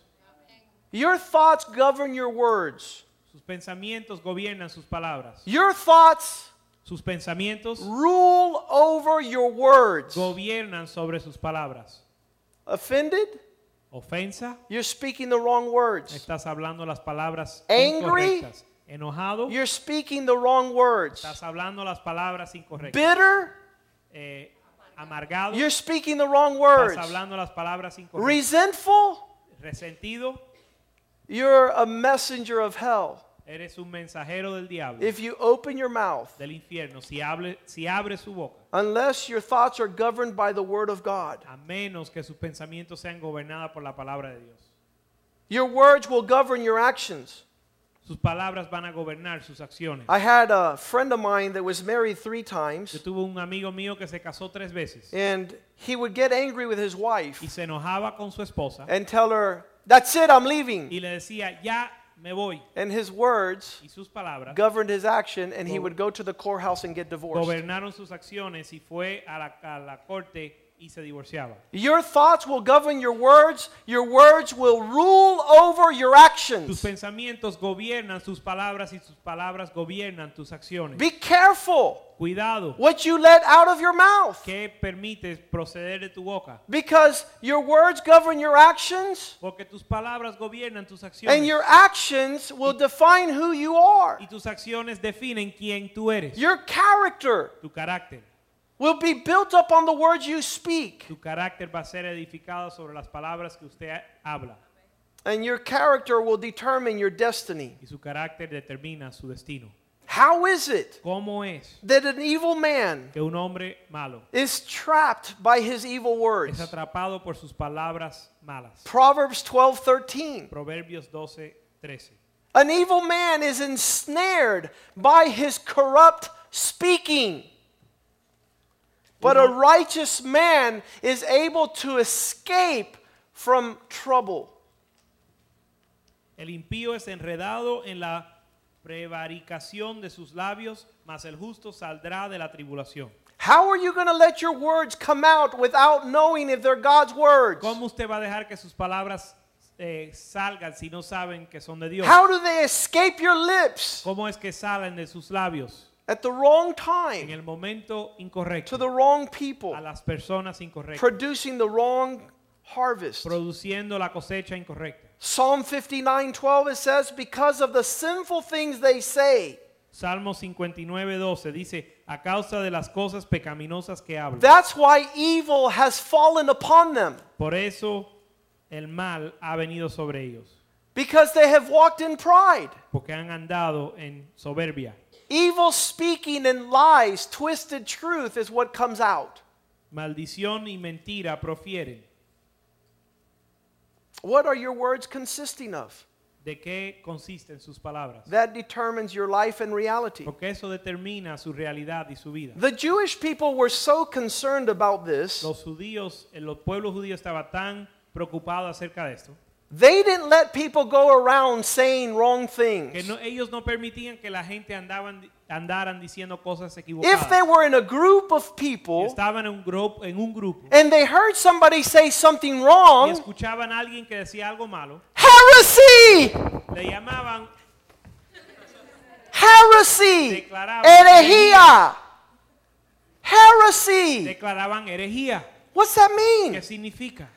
Your thoughts govern your words. Sus pensamientos gobiernan sus palabras. Your thoughts Sus pensamientos rule over your words. gobiernan sobre sus palabras. Offended? Ofensa, You're speaking the wrong words. estás hablando las palabras Angry. incorrectas. Enojado, You're speaking the wrong words. estás hablando las palabras incorrectas. Bitter? Eh, amargado, You're speaking the wrong words. estás hablando las palabras incorrectas. Resentful? Resentido, You're a messenger of hell. eres un mensajero del diablo, If you open your mouth, del infierno, si, hable, si abre su boca, unless your thoughts are governed by the word of God, a menos que sus pensamientos sean gobernados por la palabra de Dios. your words will govern your actions. Sus palabras van a gobernar sus acciones. I had a friend of mine that was married three Yo times, tuve un amigo mío que se casó tres veces and he would get angry with his y wife se enojaba con su esposa and tell her, That's it, I'm leaving. y le decía, ya me voy. And his words Y sus palabras governed his action, and he would go to the courthouse and get divorced. gobernaron sus acciones y fue a la, a la corte y se divorciaba. Your thoughts will govern your words, your words will rule over your Tus actions. pensamientos gobiernan sus palabras y sus palabras gobiernan tus acciones. Be careful. Cuidado, what you let out of your mouth. que permites proceder de tu boca? Because your words govern your actions, Porque tus palabras gobiernan tus and acciones your actions will define who you are. y tus acciones definen quién tú eres, Your character tu carácter. will be built up on the words you speak, Tu carácter va a ser edificado sobre las palabras que usted habla and your character will determine your destiny. y su carácter determina su destino. How is it ¿Cómo es that an evil man que un hombre malo is trapped by his evil es words? atrapado por sus palabras malas? Proverbs 12:13. Proverbios 12, 13. An evil man is ensnared by his corrupt speaking. But a righteous man is able to escape from trouble. El impío es enredado en la prevaricación de sus labios, mas el justo saldrá de la tribulación. How are you going to let your words come out without knowing if they're God's words? ¿Cómo usted va a dejar que sus palabras eh, salgan si no saben que son de Dios? How do they escape your lips ¿Cómo es que salen de sus labios at the wrong en time el momento to incorrecto the wrong people, a las personas incorrectas, producing the wrong harvest? produciendo la cosecha incorrecta? Psalm 59 12 it says, Because of the sinful things they say. Salmo 59, 12 dice, a causa de las cosas pecaminosas que hablan. That's why evil has fallen upon them, Por eso el mal ha venido sobre ellos, because they have walked in pride. porque han andado en soberbia. Evil speaking and lies, twisted truth is what comes out. Maldición y mentira profieren. What are your words consisting of? ¿De qué consisten sus palabras? That determines your life and reality. Porque eso determina su realidad y su vida. The Jewish people were so concerned about this, Los judíos, el pueblo judío estaba tan preocupado acerca de esto, they didn't let people go around saying wrong que things. no- ellos no permitían que la gente andaban, andaran diciendo cosas If they equivocadas. were in a group of Y people Estaban en un, grupo, en un grupo and they heard somebody say something y wrong, escuchaban a alguien que decía algo malo, heresy! le llamaban Heresy! Declaraba- Herejía! Heresy! declaraban herejía. What's that ¿Qué mean? significa?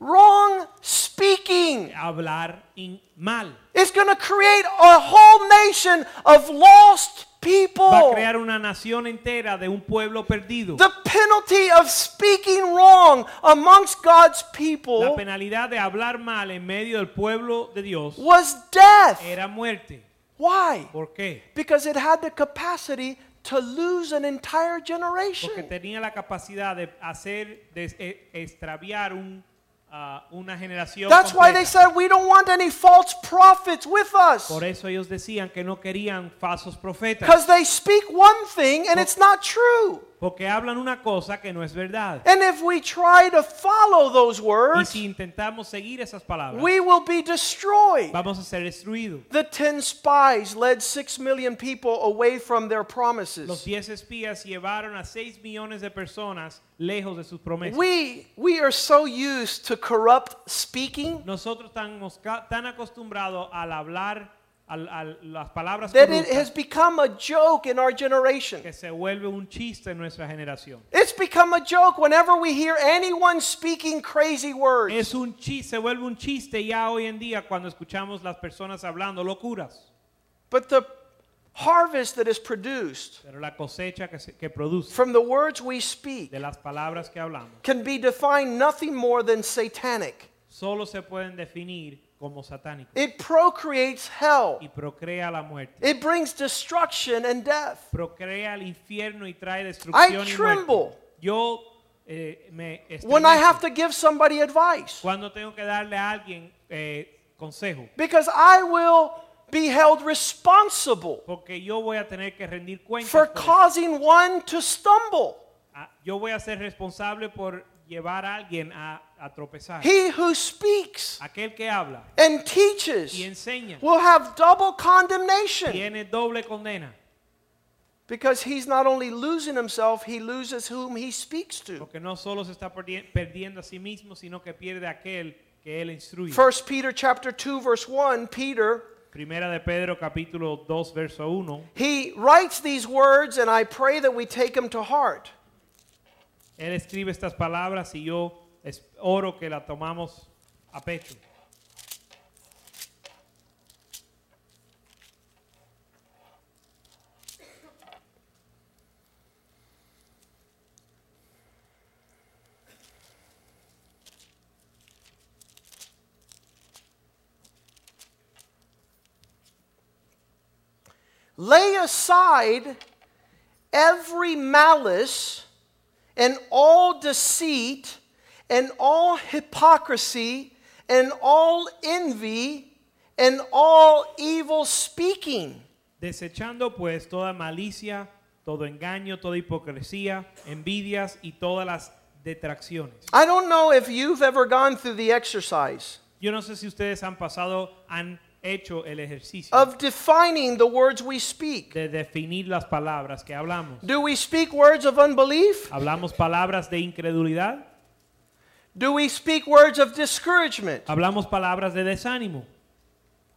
Wrong speaking. Hablar in- mal. It's going to create a whole nation of lost Va a people. crear una nación entera de un pueblo perdido. The penalty of speaking wrong amongst God's La people penalidad de hablar mal en medio del pueblo de Dios was death. era muerte. Why? ¿Por qué? Because it had the capacity to lose an entire Porque generation. tenía la capacidad de hacer, de e- extraviar un, ah, una generación. That's why they completa. said we don't want any false prophets with us. Por eso ellos decían que no querían falsos profetas. Because they speak one thing and it's not true. Porque hablan una cosa que no es verdad. And if we try to follow those Y words, si intentamos seguir esas palabras, we will be destroyed. vamos a ser destruidos. The ten spies led six million people away from their Los promises. 10 espías llevaron a 6 millones de personas lejos de sus promesas. We, we are so used to corrupt speaking Nosotros estamos ca- tan acostumbrados al hablar, al, al- las palabras that it has corruptas, become a joke in our generation. que se vuelve un chiste en nuestra generación. It's become a joke whenever we hear anyone speaking crazy words. Es un chiste, se vuelve un chiste ya hoy en día cuando escuchamos las personas hablando locuras. But the harvest that is produced Pero la cosecha que, se- que produce from the words we speak de las palabras que hablamos can be defined nothing more than satanic. solo se pueden definir como satánico It procreates hell. y procrea la muerte. It brings destruction and death. Procrea el infierno y trae destrucción y tremble. muerte. Yo eh, me When I estremezco have to give somebody advice, cuando tengo que darle a alguien eh, consejo. because I will be held responsible Porque yo voy a tener que rendir cuentas. for por eso. causing one to stumble. Ah, yo voy a ser responsable por llevar a alguien a, a tropezar. He who speaks Aquel que habla and y teaches enseña will have double condemnation tiene doble condena. because he's not only losing himself, he loses whom he speaks to. Porque no solo se está perdi- perdiendo a sí mismo, sino que pierde a aquel que él instruye. First Peter chapter 2 verse 1, Peter Primera de Pedro capítulo 2 verso 1. He writes these words, and I pray that we take them to heart. Él escribe estas palabras y yo es- oro que la tomamos a pecho. Lay aside every malice and all deceit and all hypocrisy and all envy and all evil speaking. Desechando pues toda malicia, todo engaño, toda hipocresía, envidias y todas las detracciones. I don't know if you've ever gone through the exercise Yo no sé si ustedes han pasado, han hecho el ejercicio of defining the words we speak. de definir las palabras que hablamos. Do we speak words of unbelief? ¿Hablamos palabras de incredulidad? Do we speak words of discouragement? Hablamos palabras de desánimo.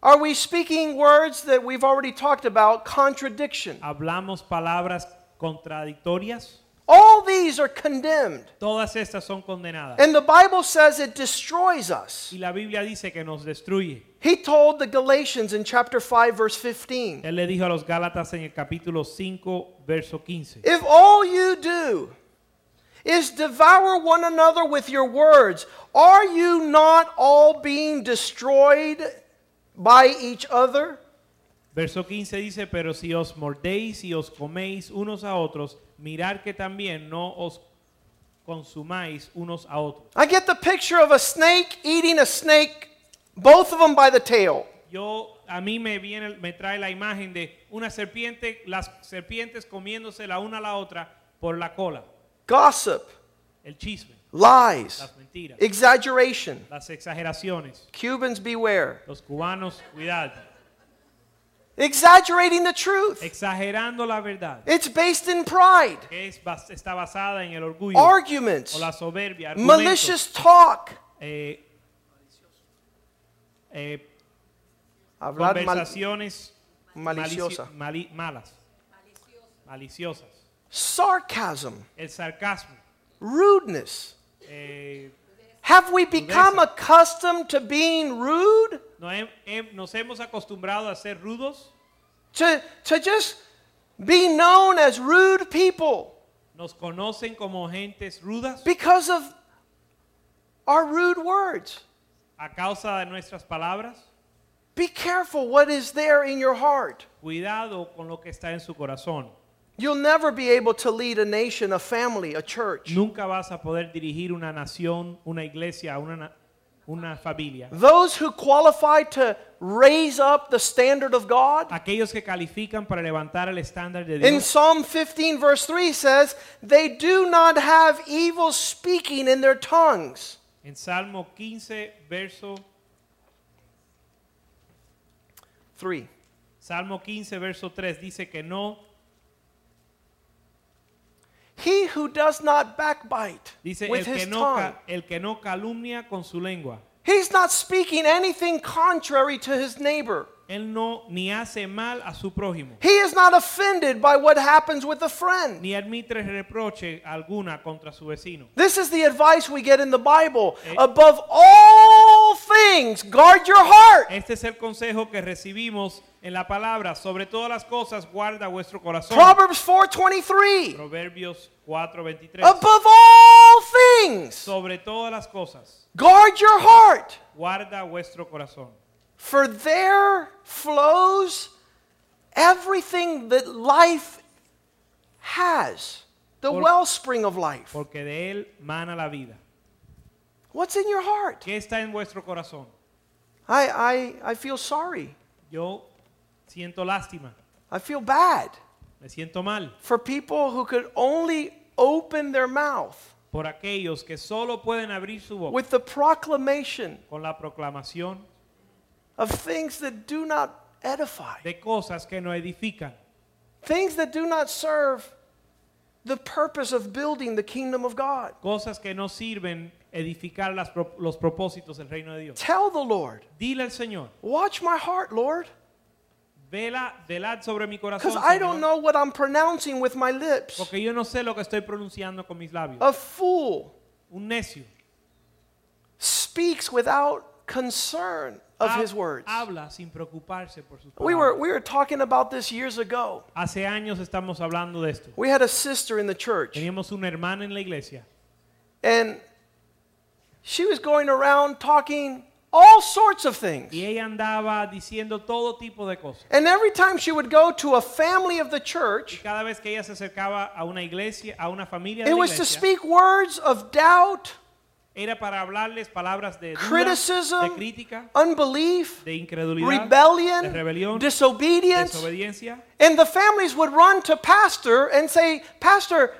Are we speaking words that we've already talked about, contradiction? Hablamos palabras contradictorias. All these are condemned. Todas estas son condenadas. And the Bible says it destroys us. Y la Biblia dice que nos destruye. He told the Galatians in chapter 5, verse 15 Él le dijo a los Gálatas en el capítulo 5, verso 15. If all you do is devour one another with your words, are you not all being destroyed by each other? Verso 15 dice, pero si os mordéis y os coméis unos a otros, mirad que también no os consumáis unos a otros. I get the picture of a snake eating a snake, both of them by the tail. Yo, a mí me viene, me trae la imagen de una serpiente, las serpientes comiéndose la una a la otra por la cola, Gossip, el chisme, lies, las mentiras, exaggeration. las exageraciones. Cubans, beware. Los cubanos, cuidado, Exaggerating the truth. exagerando la verdad, It's based in pride, que es bas- está basada en el orgullo o arguments, la soberbia, argumentos, malicious talk. eh, eh, Hablar mal- conversaciones maliciosa. malici- mali- malas, maliciosas, Sarcasm, el sarcasmo. rudeness. eh, Have we become accustomed to being rude? no he- he- nos hemos acostumbrado a ser rudos, To, to just be known as rude people nos conocen como gentes rudas because of our rude words? a causa de nuestras palabras. Be careful what is there in your heart. Cuidado con lo que está en su corazón. You'll never be able to lead a nation, a family, a church. Nunca vas a poder dirigir una nación, una iglesia, una, na- una familia. Those who qualify to raise up the standard of God. Aquellos que califican para levantar el estándar de In Dios. Psalm 15, verse 3 says, They do not have evil speaking in their tongues. En Salmo 15, verso, 3. Salmo 15, verso 3 dice que no, He who does not backbite dice el with que his no, tongue. ca- el que no calumnia con su lengua. He's not speaking anything contrary to his neighbor. Él no ni hace mal a su prójimo, He is not offended by what happens with a friend. ni admite reproche alguna contra su vecino. This is the advice we get in the Bible. Eh. Above all things, guard your heart. Este es el consejo que recibimos en la palabra. Sobre todas las cosas, guarda vuestro corazón. Proverbs 4:23. Proverbios 4:23. Above all things, Sobre todas las cosas, guard your heart, guarda vuestro corazón, for there flows everything that life has, the Por- wellspring of life. porque de él mana la vida. What's in your heart? ¿Qué está en vuestro corazón? I, I, I feel sorry. Yo siento lástima, I feel bad me siento mal for people who could only open their mouth por aquellos que solo pueden abrir su boca with the proclamation con la proclamación of things that do not edify, de cosas que no edifican, things that do not serve the purpose of building the kingdom of God. cosas que no sirven edificar las pro- los propósitos del reino de Dios. Tell the Lord, Dile al Señor, watch my heart, Lord, vela, velad sobre mi corazón, because I Señor, don't know what I'm pronouncing with my lips. porque yo no sé lo que estoy pronunciando con mis labios. A fool Un necio speaks without concern of Hab- his words. Habla sin preocuparse por sus We were, palabras. we were talking about this years ago. Hace años estamos hablando de esto. We had a sister in the church, Teníamos una hermana en la iglesia and she was going around talking all sorts of things. y ella andaba diciendo todo tipo de cosas. And every time she would go to a family of the Y church, cada vez que ella se acercaba a una iglesia, a una familia de it la was to iglesia, speak words of doubt, era para hablarles palabras de duda, Criticism, de crítica, unbelief, de incredulidad, de rebellion, rebelión, disobedience. desobediencia. And the families would run to pastor and say, Pastor,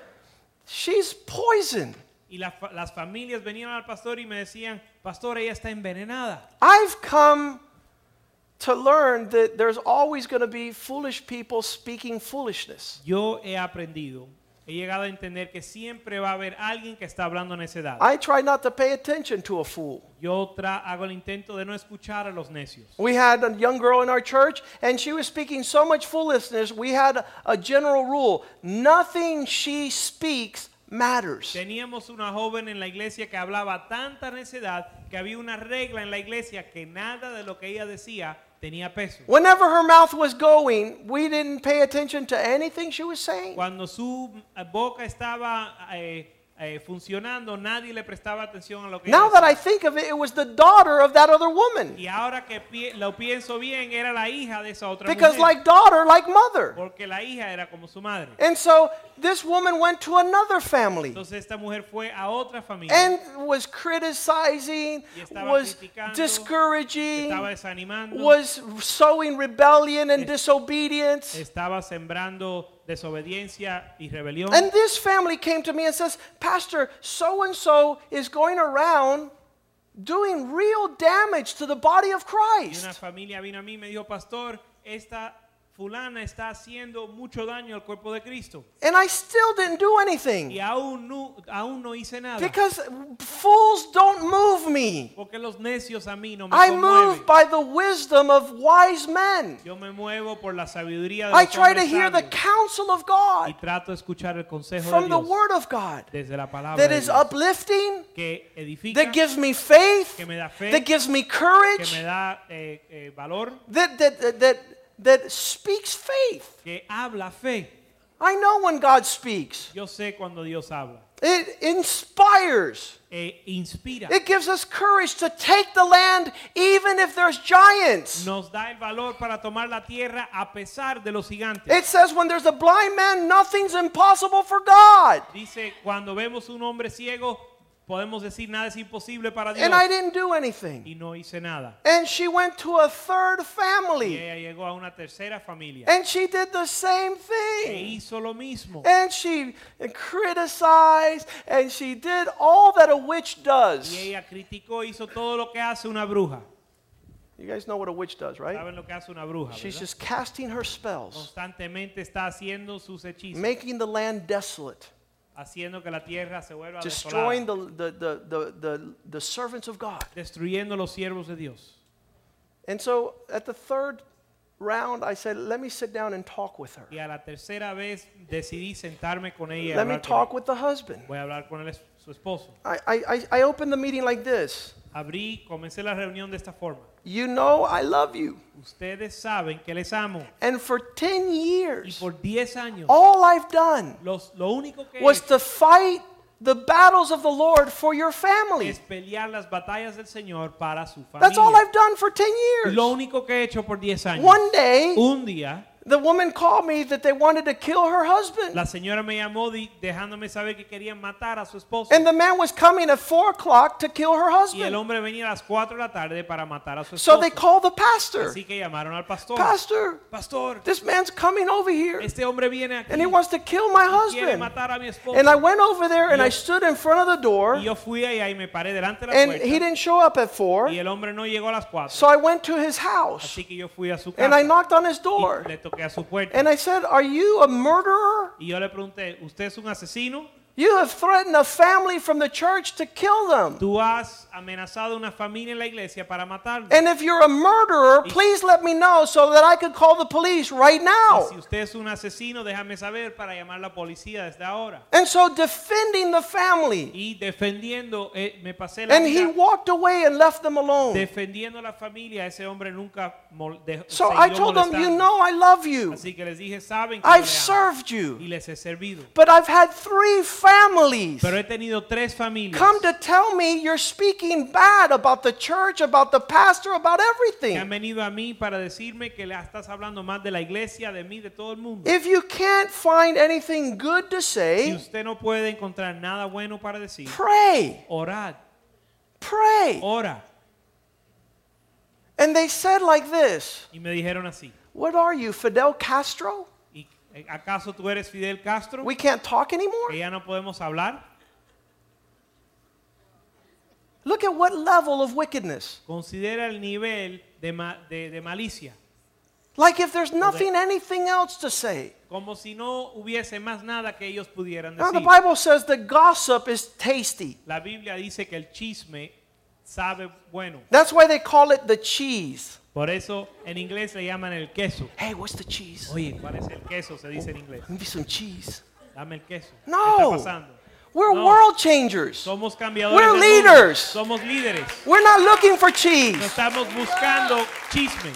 she's poison. Y la fa- las familias venían al pastor y me decían, pastor, ella está envenenada. I've come to learn that there's always going to be foolish people speaking foolishness. Yo he aprendido He llegado a entender que siempre va a haber alguien que está hablando necedad. I try not to pay attention to a fool. Yo tra- hago el intento de no escuchar a los necios. We had a young girl in our church, and she was speaking so much foolishness. We had a general rule nothing she speaks matters. Teníamos una joven en la iglesia que hablaba tanta necedad que había una regla en la iglesia que nada de lo que ella decía tenía peso. Whenever her mouth was going, we didn't pay attention to anything she was saying. Cuando su eh, boca estaba eh, eh, funcionando, nadie le prestaba atención a lo que ella Now that decía. I think of it, it was the daughter of that other woman. Y ahora que pi- lo pienso bien, era la hija de esa otra Because, mujer. like eh, daughter, like mother. porque la hija era como su madre. And so this woman went to another family Entonces esta mujer fue a otra familia. and was criticizing, Y estaba was criticando, discouraging, estaba desanimando. was sowing rebellion and disobedience. estaba sembrando desobediencia y rebelión. And this family came to me and says, Pastor, so and so is going around doing real damage to the body of y una Christ. familia vino a mí y me dijo, pastor, esta fulana está haciendo mucho daño al cuerpo de Cristo. And I still didn't do Y anything aún no, aún no hice nada. because fools don't move me. porque los necios a mí no me I conmueven. move by the wisdom of wise men. Yo me muevo por la sabiduría de I los try to hombres hear the sabios. counsel of y God trato de escuchar el consejo de from the Dios Word of God desde la palabra that de is Dios, uplifting, que edifica, that gives me faith, que me da fe, that gives me que courage, me da eh, eh, valor, that, that, that, that, that speaks faith. que habla fe. I know when God speaks. Yo sé cuando Dios habla. It inspires. Eh, inspira. It gives us courage to take the land even if there's giants. Nos da el valor para tomar la tierra a pesar de los gigantes. It says when there's a blind man, nothing's impossible for God. Dice, cuando vemos un hombre ciego, podemos decir nada es imposible para Dios. And I didn't do Y anything. no hice nada. And she went to a third Y family ella llegó a una tercera familia. and she did the same E thing. hizo lo mismo. And she criticized and she did all that a witch Y does. ella criticó, hizo todo lo que hace una bruja. You guys know what a witch does, right? ¿Saben lo que hace una bruja? She's verdad? just casting her Oh, spells, Constantemente está haciendo sus hechizos, making the land desolate. haciendo que la tierra se vuelva destroying desolada, the, the, the, the, the, the servants of God. destruyendo los siervos de Dios. And so at the third round, I said, let me sit down and talk with her. Y a la tercera vez decidí sentarme con ella. y Let me hablar con talk ella. with the husband. Voy a hablar con él, es- su esposo. I, I, I- I opened the meeting like this Abrí, comencé la reunión de esta forma. You know, I love you. Ustedes saben que les amo. And for 10 Y years, por 10 años, all I've done los- lo único que he was hecho to fight the battles of the Lord for your family. es pelear las batallas del Señor para su familia. That's all I've done for 10 Lo years. único que he hecho por 10 años. One day, Un día the woman called me that they wanted to kill her husband. La señora me llamó di- dejándome saber que querían matar a su esposo. And the man was coming at four o'clock to kill her Y el husband. hombre venía a las 4 de la tarde para matar a su So they esposo. called the pastor. Así que llamaron al pastor. Pastor, Pastor, this man's coming over here este hombre viene aquí and he wants to kill my y quiere husband. matar a mi esposo. And I went over there and I Yo- stood in front of the door y yo fui allá y me paré delante de la and he puerta. didn't show up at four. Y el hombre no llegó a las 4. So I went to his house Así que yo fui a su and casa I knocked on his y door le toqué a su puerta. and I said, Are you a murderer? y yo le pregunté, ¿usted es un asesino? You have threatened a family from the church to kill them. ¿Tú has amenazado a una familia en la iglesia para matarlo? And if you're a murderer, please let me know so that I could call the police right Y now. si usted es un asesino, déjame saber para llamar a la policía desde ahora. And so defending the family. y defendiendo eh, me pasé la And he vida walked away and left them alone. defendiendo a la familia ese hombre nunca mol- de- So siguió I told them, molestando. You know, I love you. así que les dije saben que yo I've le amo served y you. les he servido But I've had three families pero he tenido tres familias come to tell me you're speaking bad about the church, about the pastor, about que han everything. venido a mí para decirme que le estás hablando más de la iglesia de mí de todo el mundo If you can't find anything good to si say, usted no puede encontrar nada bueno para decir pray. orad Pray. ora And they said like this y me dijeron así What are you, Fidel Castro? ¿Y, eh, acaso tú eres Fidel Castro We can't talk anymore? que ya no podemos hablar Look at what level of wickedness. considera el nivel de ma- de- de malicia Like if there's nothing, anything else to say. como si no hubiese más nada que ellos pudieran Now, decir. the Bible says the gossip is tasty. La Biblia dice que el chisme sabe bueno. That's why they call it the cheese. Por eso en inglés le llaman el queso. Hey, what's the cheese? Oye, ¿cuál es el queso? Se dice en inglés. Maybe some cheese. Dame el queso. ¿Qué No. está pasando? We're No. world changers. Somos cambiadores. We're de mundo. leaders. Somos líderes. We're not looking for No cheese. estamos buscando chisme.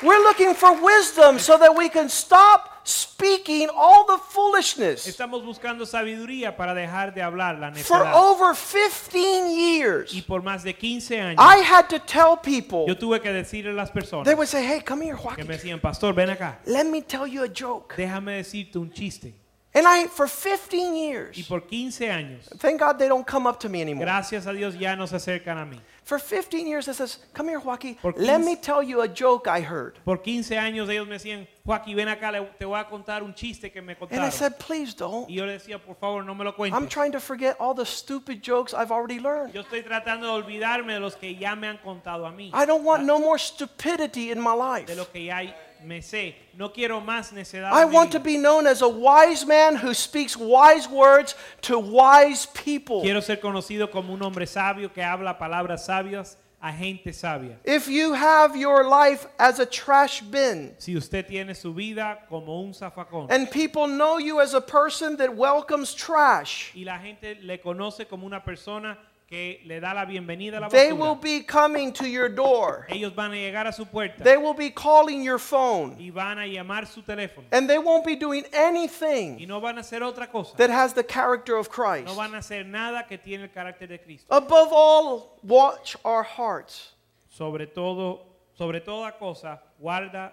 We're looking for wisdom so that we can stop speaking all the foolishness. Estamos buscando sabiduría para dejar de hablar la For necedad. over 15 y years, por más de 15 años I had to tell people, yo tuve que decirle a las they personas would say, hey, come here, que Joaquin. me decían, pastor, ven acá, Let me tell you a joke. déjame decirte un chiste. And I, for 15 Y years, por 15 años, thank God they don't come up to me anymore. gracias a Dios ya no se acercan a mí. For 15 years, I says, come here, Joaquin. Por Let 15 me tell you a joke I heard. Por 15 años ellos me decían, Joaquín, ven acá, le- te voy a contar un chiste que me And I contaron. said, please y don't. yo le decía, por favor, no me lo I'm cuentes. trying to forget all the stupid jokes I've already learned. Yo estoy tratando de olvidarme de los que ya me han contado a mí. I don't want no more stupidity in my de life. lo que ya me sé. No quiero más necedad. I en mi want to be vida. known as a wise man who speaks wise words to wise people. Quiero ser conocido como un hombre sabio que habla palabras sabias a gente sabia. If you have your life as a trash bin Si usted tiene su vida como un zafacón and people know you as a person that welcomes trash, y la gente le conoce como una persona que le da la bienvenida a la they will basura, be coming to your door. ellos van a llegar a su puerta They will be calling your phone y van a llamar su teléfono and they won't be doing y anything no van a hacer otra cosa. that has the character of Christ. No van a hacer nada que tiene el carácter de Cristo. Above all, watch our hearts. Sobre todo, sobre toda cosa, guarda,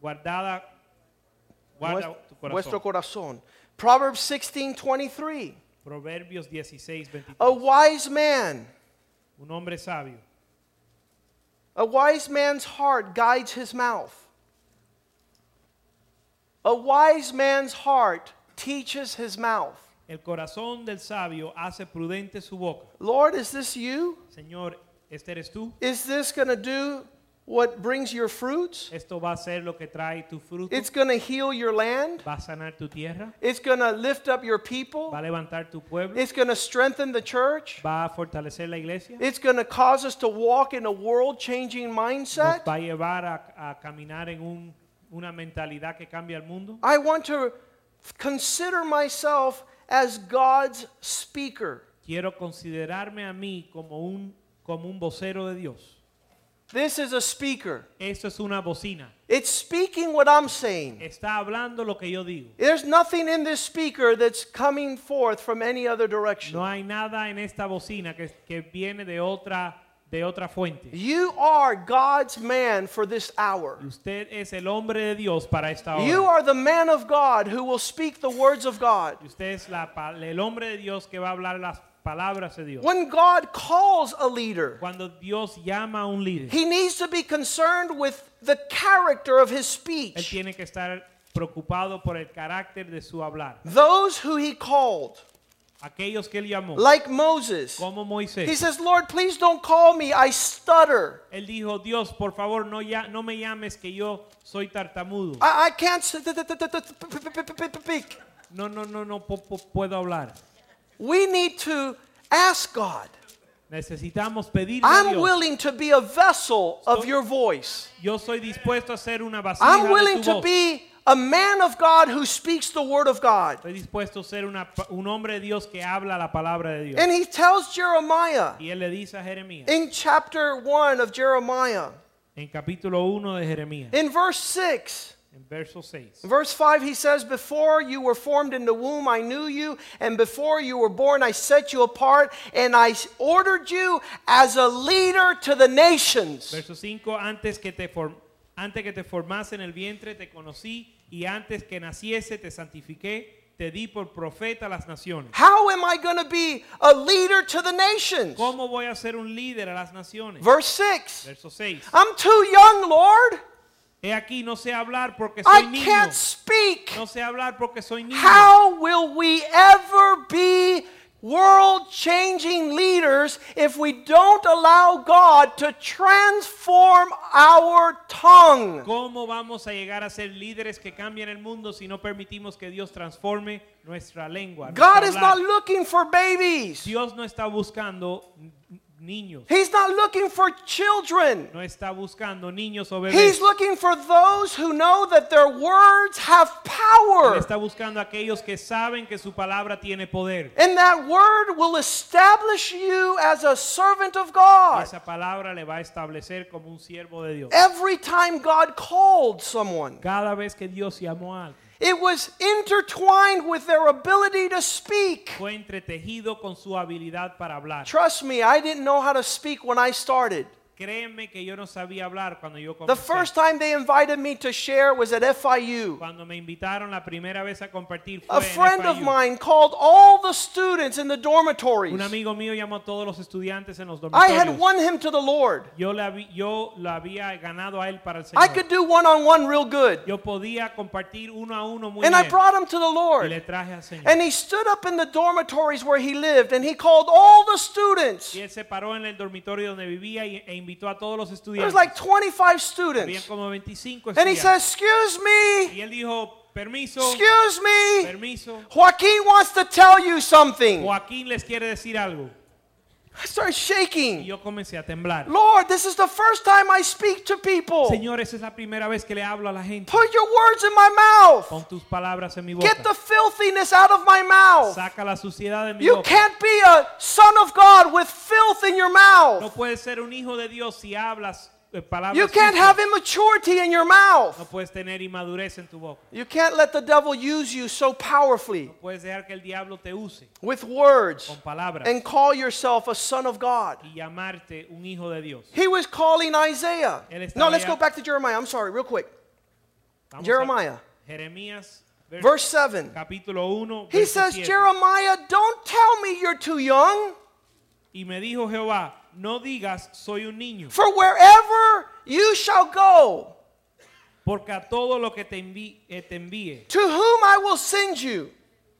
guardada, guarda Vuest- tu corazón. vuestro corazón. Proverbs 16:23. Proverbios 16, 23. A wise man, Un hombre sabio. a wise man's heart guides his mouth. A wise man's heart teaches his mouth. El corazón del sabio hace prudente su boca. Lord, is this you? Señor, este eres tú. Is this going to do what brings your fruits? Esto va a ser lo que trae tu fruto. It's going to heal your land. Va a sanar tu tierra. It's going to lift up your Va a people. levantar tu pueblo. Oh. It's going to strengthen the church. Va a fortalecer la iglesia. It's going to cause us to walk in a world changing Nos mindset. va a llevar a, a caminar en un- una mentalidad que cambia el mundo. I want to consider myself as God's speaker. Quiero considerarme a mí como un, como un vocero de Dios. This is a speaker. Esto es una bocina. It's speaking what I'm saying. Está hablando lo que yo digo. There's nothing in this speaker that's coming forth from any other direction. No hay nada en esta bocina que, que viene de otra, de otra fuente. You are God's man for this hour. Y Usted es el hombre de Dios para esta hora. You are the man of God who will speak the words of God. Y Usted es la pa- el hombre de Dios que va a hablar las palabras de Dios. When God calls a leader, Cuando Dios llama a un líder, he needs to be concerned with the character of his él speech. tiene que estar preocupado por el carácter de su hablar. Those who he called, Aquellos que él llamó, like Moses, como He Moisés, says, Lord, please don't call me. I stutter. él dijo, Dios, por favor, no, ya, no me llames que yo soy tartamudo. I, I can't. s- th- th- th- th- th- p- p- p- p- speak." No, no, no, no po- po- puedo hablar. We need to ask God. Necesitamos pedirle a I'm Dios. willing to be a vessel of your voice. Yo soy dispuesto a ser una vasija I'm de willing tu to voz. be a man of God who speaks the word of God. Estoy dispuesto a ser una pa- un hombre de Dios que habla la palabra de Dios. And he tells Jeremiah Y él le dice a Jeremías, in chapter 1 of Jeremiah, en capítulo 1 de Jeremías, in verse 6, en verso 6. verse 5, he says, Before you were formed in the womb, I knew you, and before you were born, I set you apart, and I ordered you as a leader to the nations. Verso 5, antes que te form- antes que te formase en el vientre te conocí y antes que naciese te santifiqué, te di por profeta a las naciones. How am I going to be a leader to the nations? ¿Cómo voy a ser un líder a las naciones? Verse 6. Verso 6. I'm too young, Lord. He aquí no sé hablar porque I soy niño. can't speak. No sé hablar porque soy niño. How will we ever be world changing leaders if we don't allow God to transform our tongue. ¿Cómo vamos a llegar a ser líderes que cambian el mundo si no permitimos que Dios transforme nuestra lengua? nuestro God is not hablar? looking for babies, Dios no está buscando n- niños, He's not looking for children. no está buscando niños o He's bebés. looking for those who know that their words have Él power. está buscando a aquellos que saben que su palabra tiene poder. And that word will establish you as a servant of Y God. Esa palabra le va a establecer como un siervo de Dios. Every time God called someone, Cada vez que Dios llamó a alguien, it was intertwined with their ability to speak. fue entretejido con su habilidad para hablar. Trust me, I didn't know how to speak when I started. Créeme que yo no sabía hablar cuando yo The comencé. first time they invited me to share was at FIU. Cuando me invitaron la primera vez a compartir fue A en friend of FIU. mine called all the students in the Un dormitories. amigo mío llamó a todos los estudiantes en los I had dormitorios. won him to the Lord. Yo la vi- yo lo había ganado a él para el Señor. I could do one on one real good. Yo podía compartir uno a uno muy And I bien. brought him to the Y le Lord. traje al Señor. And he stood up in the dormitories where he lived and he called all the students. y él se paró en el dormitorio donde vivía y- e invitó a todos los There estudiantes. was like 25 Habían students. como 25 And he estudiantes. says, Excuse me, y él dijo, permiso, excuse me. permiso, Joaquin wants to tell you something. Joaquín les quiere decir algo. I started Y shaking. yo comencé a temblar. Lord, this is the first time I speak to people. Señor, esa es la primera vez que le hablo a la gente. Put your words in my mouth. Pon tus palabras en mi boca. Get the filthiness out of my mouth. Saca la suciedad de mi You boca. can't be a son of God with filth in your mouth. No puedes ser un hijo de Dios si hablas eh, palabras. You can't sucias. have immaturity in your No mouth. puedes tener inmadurez en tu boca. You can't let the devil use you so powerfully Puedes dejar que el diablo te use with words con palabras and call yourself a son of God. y llamarte un hijo de Dios. He was calling Isaiah. Él estaba No, let's ya- go back to Jeremiah. I'm sorry, real quick. Vamos a- Jeremiah. Jeremías, vers- Verse 7. capítulo 1. He verso says, 7. Jeremiah, don't tell me you're too young, Y me dijo Jehová, no digas soy un niño, for wherever you shall go, porque a todo lo que te, envi- eh, te envíe, to whom I will send you,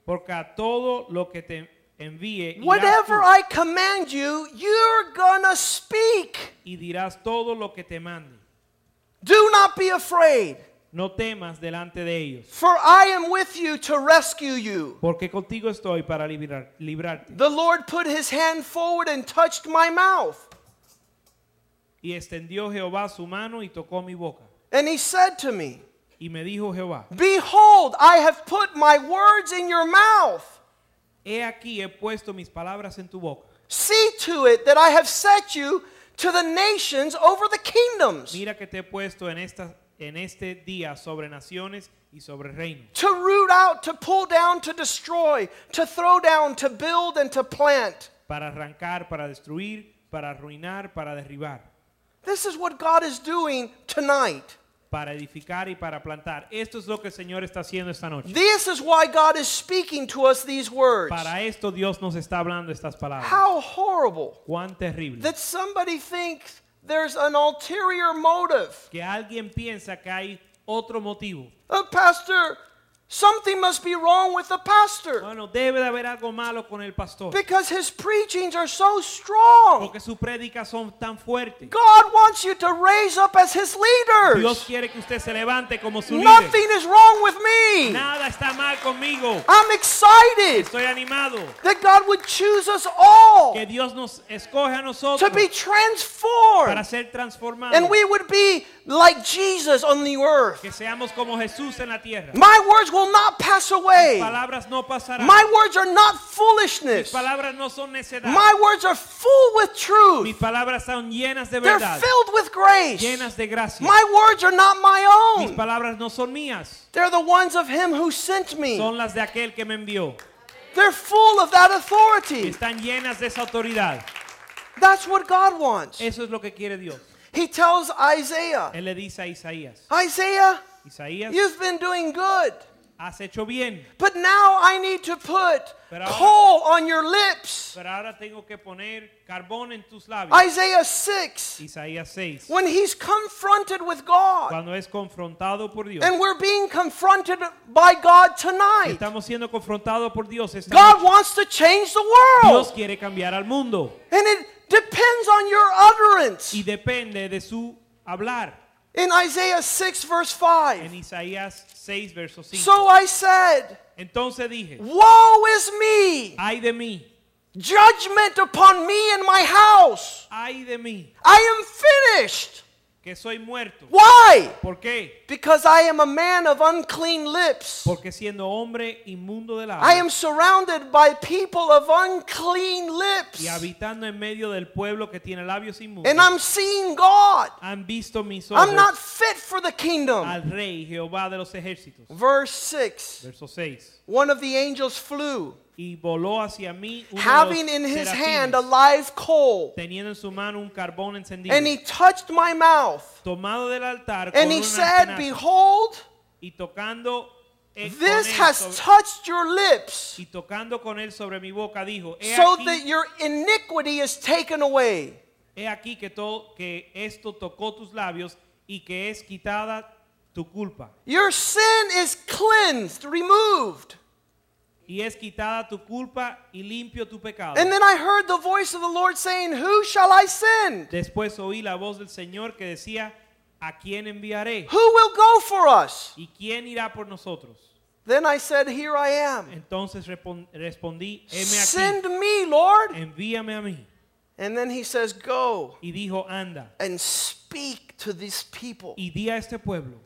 porque a todo lo que te envíe, irás whatever tú I command you, you're gonna speak. y dirás todo lo que te mande. Do not be afraid. No temas delante de ellos, For I am with you to rescue you. porque contigo estoy para librar- librarte. The Lord put his hand forward and touched my mouth. Y extendió Jehová su mano y tocó mi boca. And he said to me, Y me dijo Jehová, Behold, I have put my words in your mouth. he aquí he puesto mis palabras en tu boca. See to it that I have set you to the nations over the kingdoms, Mira que te he puesto en, esta, en este día sobre naciones y sobre reinos, to root out, to pull down, to destroy, to throw down, to build, and to plant. para arrancar, para destruir, para arruinar, para derribar, This is what God is doing tonight. para edificar y para plantar. Esto es lo que el Señor está haciendo esta noche. This is why God is speaking to us these words. Para esto Dios nos está hablando estas palabras. How horrible. Cuán terrible. that somebody thinks there's an ulterior motive. Que alguien piensa que hay otro motivo. A pastor, something must be wrong with the pastor Bueno, debe de haber algo malo con el pastor. because his preachings are so strong. Porque sus prédicas son tan fuertes. God wants you to raise up as his Dios leaders. quiere que usted se levante como su líder. Nothing is wrong with me. Nada está mal conmigo. I'm excited Estoy animado. that God would choose us all Que Dios nos escoge a to nosotros be para transformed ser transformados. and we would be like Jesus on the earth. Que seamos como Jesús en la tierra. My words will not pass away. Palabras no pasarán. My words are not Mis foolishness. palabras no son necedad. My words are full with Mis truth. palabras son llenas de They're verdad, filled with grace. llenas de gracia. My words are not my Mis own. palabras no son mías, They're the ones of him who sent me. son las de aquel que me envió. They're full of that authority. Están llenas de esa autoridad. That's what God wants. Eso es lo que quiere Dios. He tells Isaiah, Él le dice a Isaías, Isaiah, Isaías, you've been doing good. Has hecho bien, But now I need to put Pero ahora- coal on your lips. pero ahora tengo que poner carbón en tus labios. Isaiah 6. Isaías 6. When he's confronted with God, Cuando es confrontado por Dios. and we're being confronted by God tonight, Estamos siendo confrontados por Dios. esta God noche. wants to change the Dios world. quiere cambiar al mundo And it depends on your utterance. y depende de su hablar. In Isaiah 6, verse En 5. Isaías 6, verso 5. So I said, Entonces dije, Woe is me! ay de mí, Judgment upon me and my house! ay de mí, I am finished! que soy muerto. Why? ¿Por qué? Because I am a man of unclean lips. Porque siendo hombre inmundo de I la am surrounded by people of unclean lips. y habitando en medio del pueblo que tiene labios inmundos, And I'm seeing God. han visto mis ojos I'm not fit for the kingdom. al rey Jehová de los ejércitos. Verse 6. Verso 6. One of the angels flew, Y voló hacia mí uno de los having in his hand a serafines, live coal. teniendo en su mano un carbón encendido, And he touched my mouth. tomado del altar con And he una said, tenaza, Behold, y tocando eh, con this él has sobre- touched your lips, y tocando con él sobre mi boca dijo, he so aquí that your iniquity is taken away. He aquí que, to- que esto tocó tus labios y que es quitada tu culpa. Your sin is cleansed, removed. Y es quitada tu culpa y limpio tu pecado. And then I heard the voice of the Lord saying, Who shall I send? Después oí la voz del Señor que decía, ¿a quién enviaré? Who will go for us? ¿Y quién irá por nosotros? Then I said, Here I am. Entonces repon- respondí, heme Send aquí, me, Lord. envíame a mí. And then he says, Go Y dijo, anda, and speak to these people. y di a este pueblo,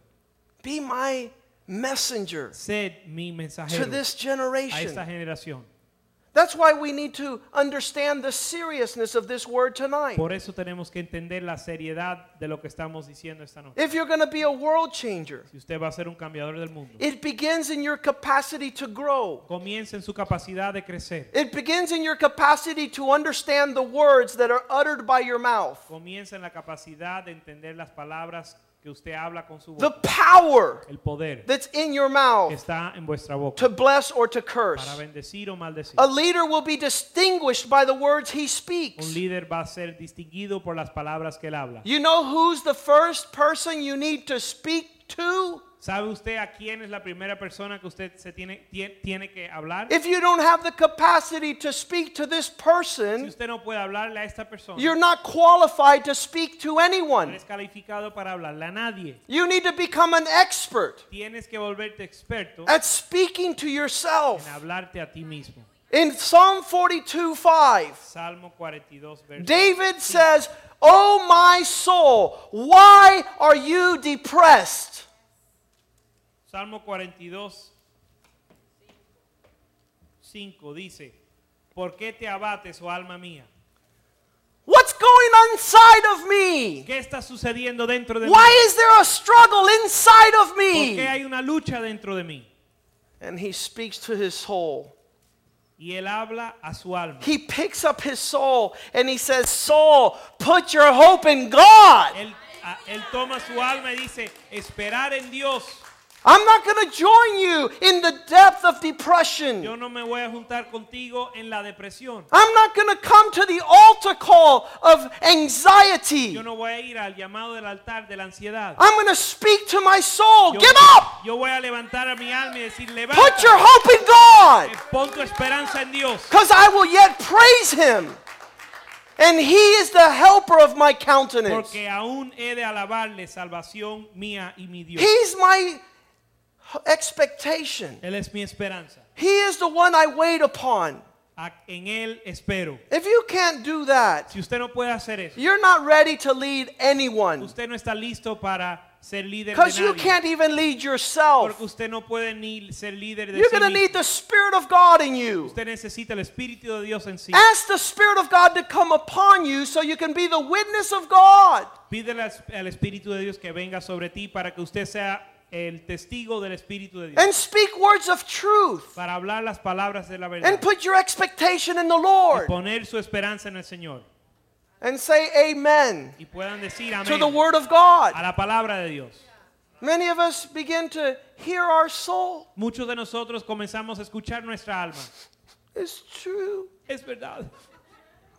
Be my messenger sed mi to mensajero this a esta generation. generación. That's why we need to understand the seriousness of this word tonight. Por eso tenemos que entender la seriedad de lo que estamos diciendo esta noche. If you're going to be a world changer, Si usted va a ser un cambiador del mundo. it begins in your capacity to grow. Comienza en su capacidad de crecer. It begins in your capacity to understand the words that are uttered by your mouth, Comienza en la capacidad de entender las palabras que usted habla con su the boca. power El poder that's in your que mouth está en vuestra to boca bless or to para curse. bendecir o maldecir. A leader will be distinguished by the words he Un speaks. líder va a ser distinguido por las palabras que él habla. You know who's the first person you need to speak to? ¿Sabe usted a quién es la primera persona que usted se tiene, tie- tiene que hablar? If you don't have the capacity to speak to this Si person, usted no puede hablarle a esta persona, you're not qualified to speak to no anyone. es calificado para hablarle a nadie. You need to become an expert Tienes que volverte experto at speaking to en yourself. hablarte a ti mismo. In Psalm 42 5, Salmo 42, verso David says, O my soul, why are you depressed? Salmo 42, 5 dice, ¿por qué te abates, oh alma mía? What's going on inside of me? ¿Qué está sucediendo dentro de Why is there a struggle inside of mí? ¿Por qué me? hay una lucha dentro de mí? And he speaks to his soul. Y él habla a su alma. He picks up his soul and he says, Soul, put your hope in God. Él, a- él toma su alma y dice, esperar en Dios. I'm not going to join you in the depth of depression. Yo no me voy a juntar contigo en la depresión. I'm not going to come to the altar call of anxiety. Yo no voy a ir al llamado del altar de la ansiedad. I'm going to speak to my soul. Ah, Yo, Give up. yo voy a levantar a mi alma y decir, levanta, Put your hope in God. pon tu esperanza en Dios. Because I will yet praise him. And he is the helper of my countenance. Porque aún he de alabarle salvación mía y mi Dios. He's my expectation. Él es mi esperanza. He is the one I wait upon. A- En Él espero. If you can't do that, Si usted no puede hacer eso, you're not ready to lead anyone. usted no está listo para ser líder de Because you nadie. can't even lead Porque yourself. usted no puede ni ser líder de You're sí going to mismo. need the Spirit of God in you. Usted necesita el Espíritu de Dios en sí. Ask the Spirit of God to come upon you so you can be the witness of God. Pídele al al Espíritu de Dios que venga sobre ti para que usted sea el testigo del Espíritu de Dios. and speak words of truth Para hablar las palabras de la verdad. and put your expectation in the Y Lord poner su esperanza en el Señor. and say amen Y puedan decir to amén the word of a God. la palabra de Dios. Many of us begin to hear our soul. Muchos de nosotros comenzamos a escuchar nuestra alma. It's true. Es verdad.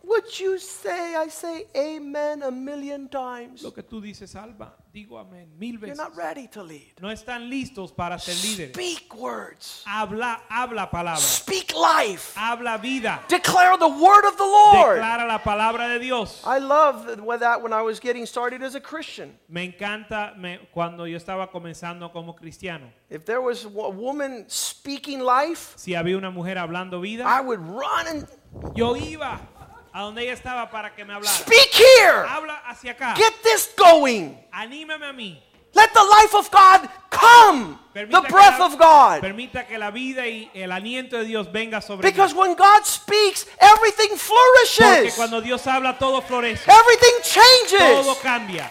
What you say, I say amen a million times. Lo que tú dices, Alba, digo amén mil You're veces. not ready to lead. No están listos para ser líderes. Speak words. Habla, habla palabra. Speak life. Habla vida. Declare the word of the Lord. Declara la palabra de Dios. I love that when that when I was getting started as a Christian. Me encanta me- cuando yo estaba comenzando como cristiano. If there was a wo- woman speaking life, Si había una mujer hablando vida, I would run and yo iba a donde ella estaba para que me hablara. speak here. Habla hacia acá. Get this going. Anímame a mí. Let the life of God come. The que breath la- of God. permita que la vida y el aliento de Dios venga sobre Because mí. when God speaks, everything Porque flourishes. cuando Dios habla todo florece, Everything changes. todo cambia.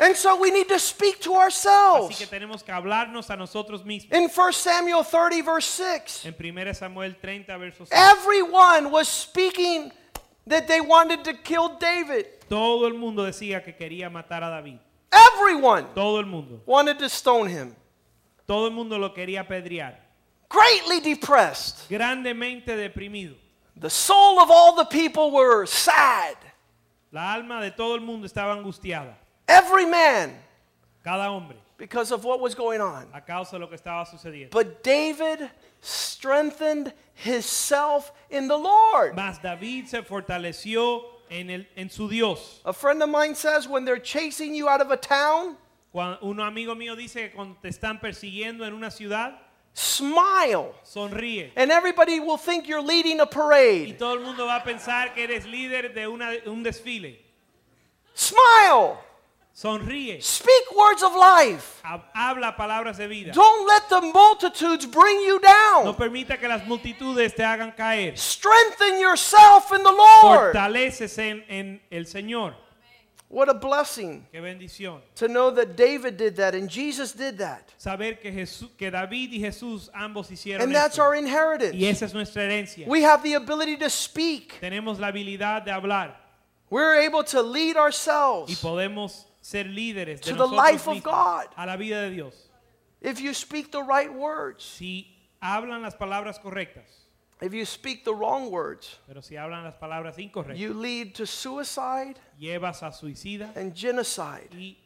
And so we need to speak to Así que ourselves. tenemos que hablarnos a nosotros mismos. In 1 Samuel 30, verse 6, En 1 Samuel 30 versos everyone was speaking that they wanted to kill David. todo el mundo decía que quería matar a David. Everyone Todo el mundo. wanted to stone him. Todo el mundo lo quería apedrear. Greatly depressed. Grandemente deprimido. The soul of all the people were sad. La alma de todo el mundo estaba angustiada. Every man Cada hombre. because of what was going on. A causa de lo que estaba sucediendo. But David strengthened himself in the Lord. Mas David se fortaleció en, el, en su Dios. A friend of mine says when they're chasing you out of a town, Cuando un amigo mío dice que cuando te están persiguiendo en una ciudad, smile. sonríe. And everybody will think you're leading a Y parade. todo el mundo va a pensar que eres líder de una- un desfile. Smile. Sonríe. Speak words of life. Ha- Habla palabras de vida. Don't let the multitudes bring you No down. permita que las multitudes te hagan caer. Strengthen yourself in the Lord. Fortalécese en, en el Señor. What a blessing Qué bendición. to know that David did that and Jesus did that. Saber que, Jesús, que David y Jesús ambos hicieron And that's esto. our Y inheritance. esa es nuestra herencia. We have the ability to speak. Tenemos la habilidad de hablar We're able to lead y ourselves. podemos ser líderes de To the nosotros life of mismos God. a la vida de Dios. If you speak the right words, Si hablan las palabras correctas, if you speak the wrong words, pero si hablan las palabras incorrectas, you lead to suicide llevas a suicida and genocide. y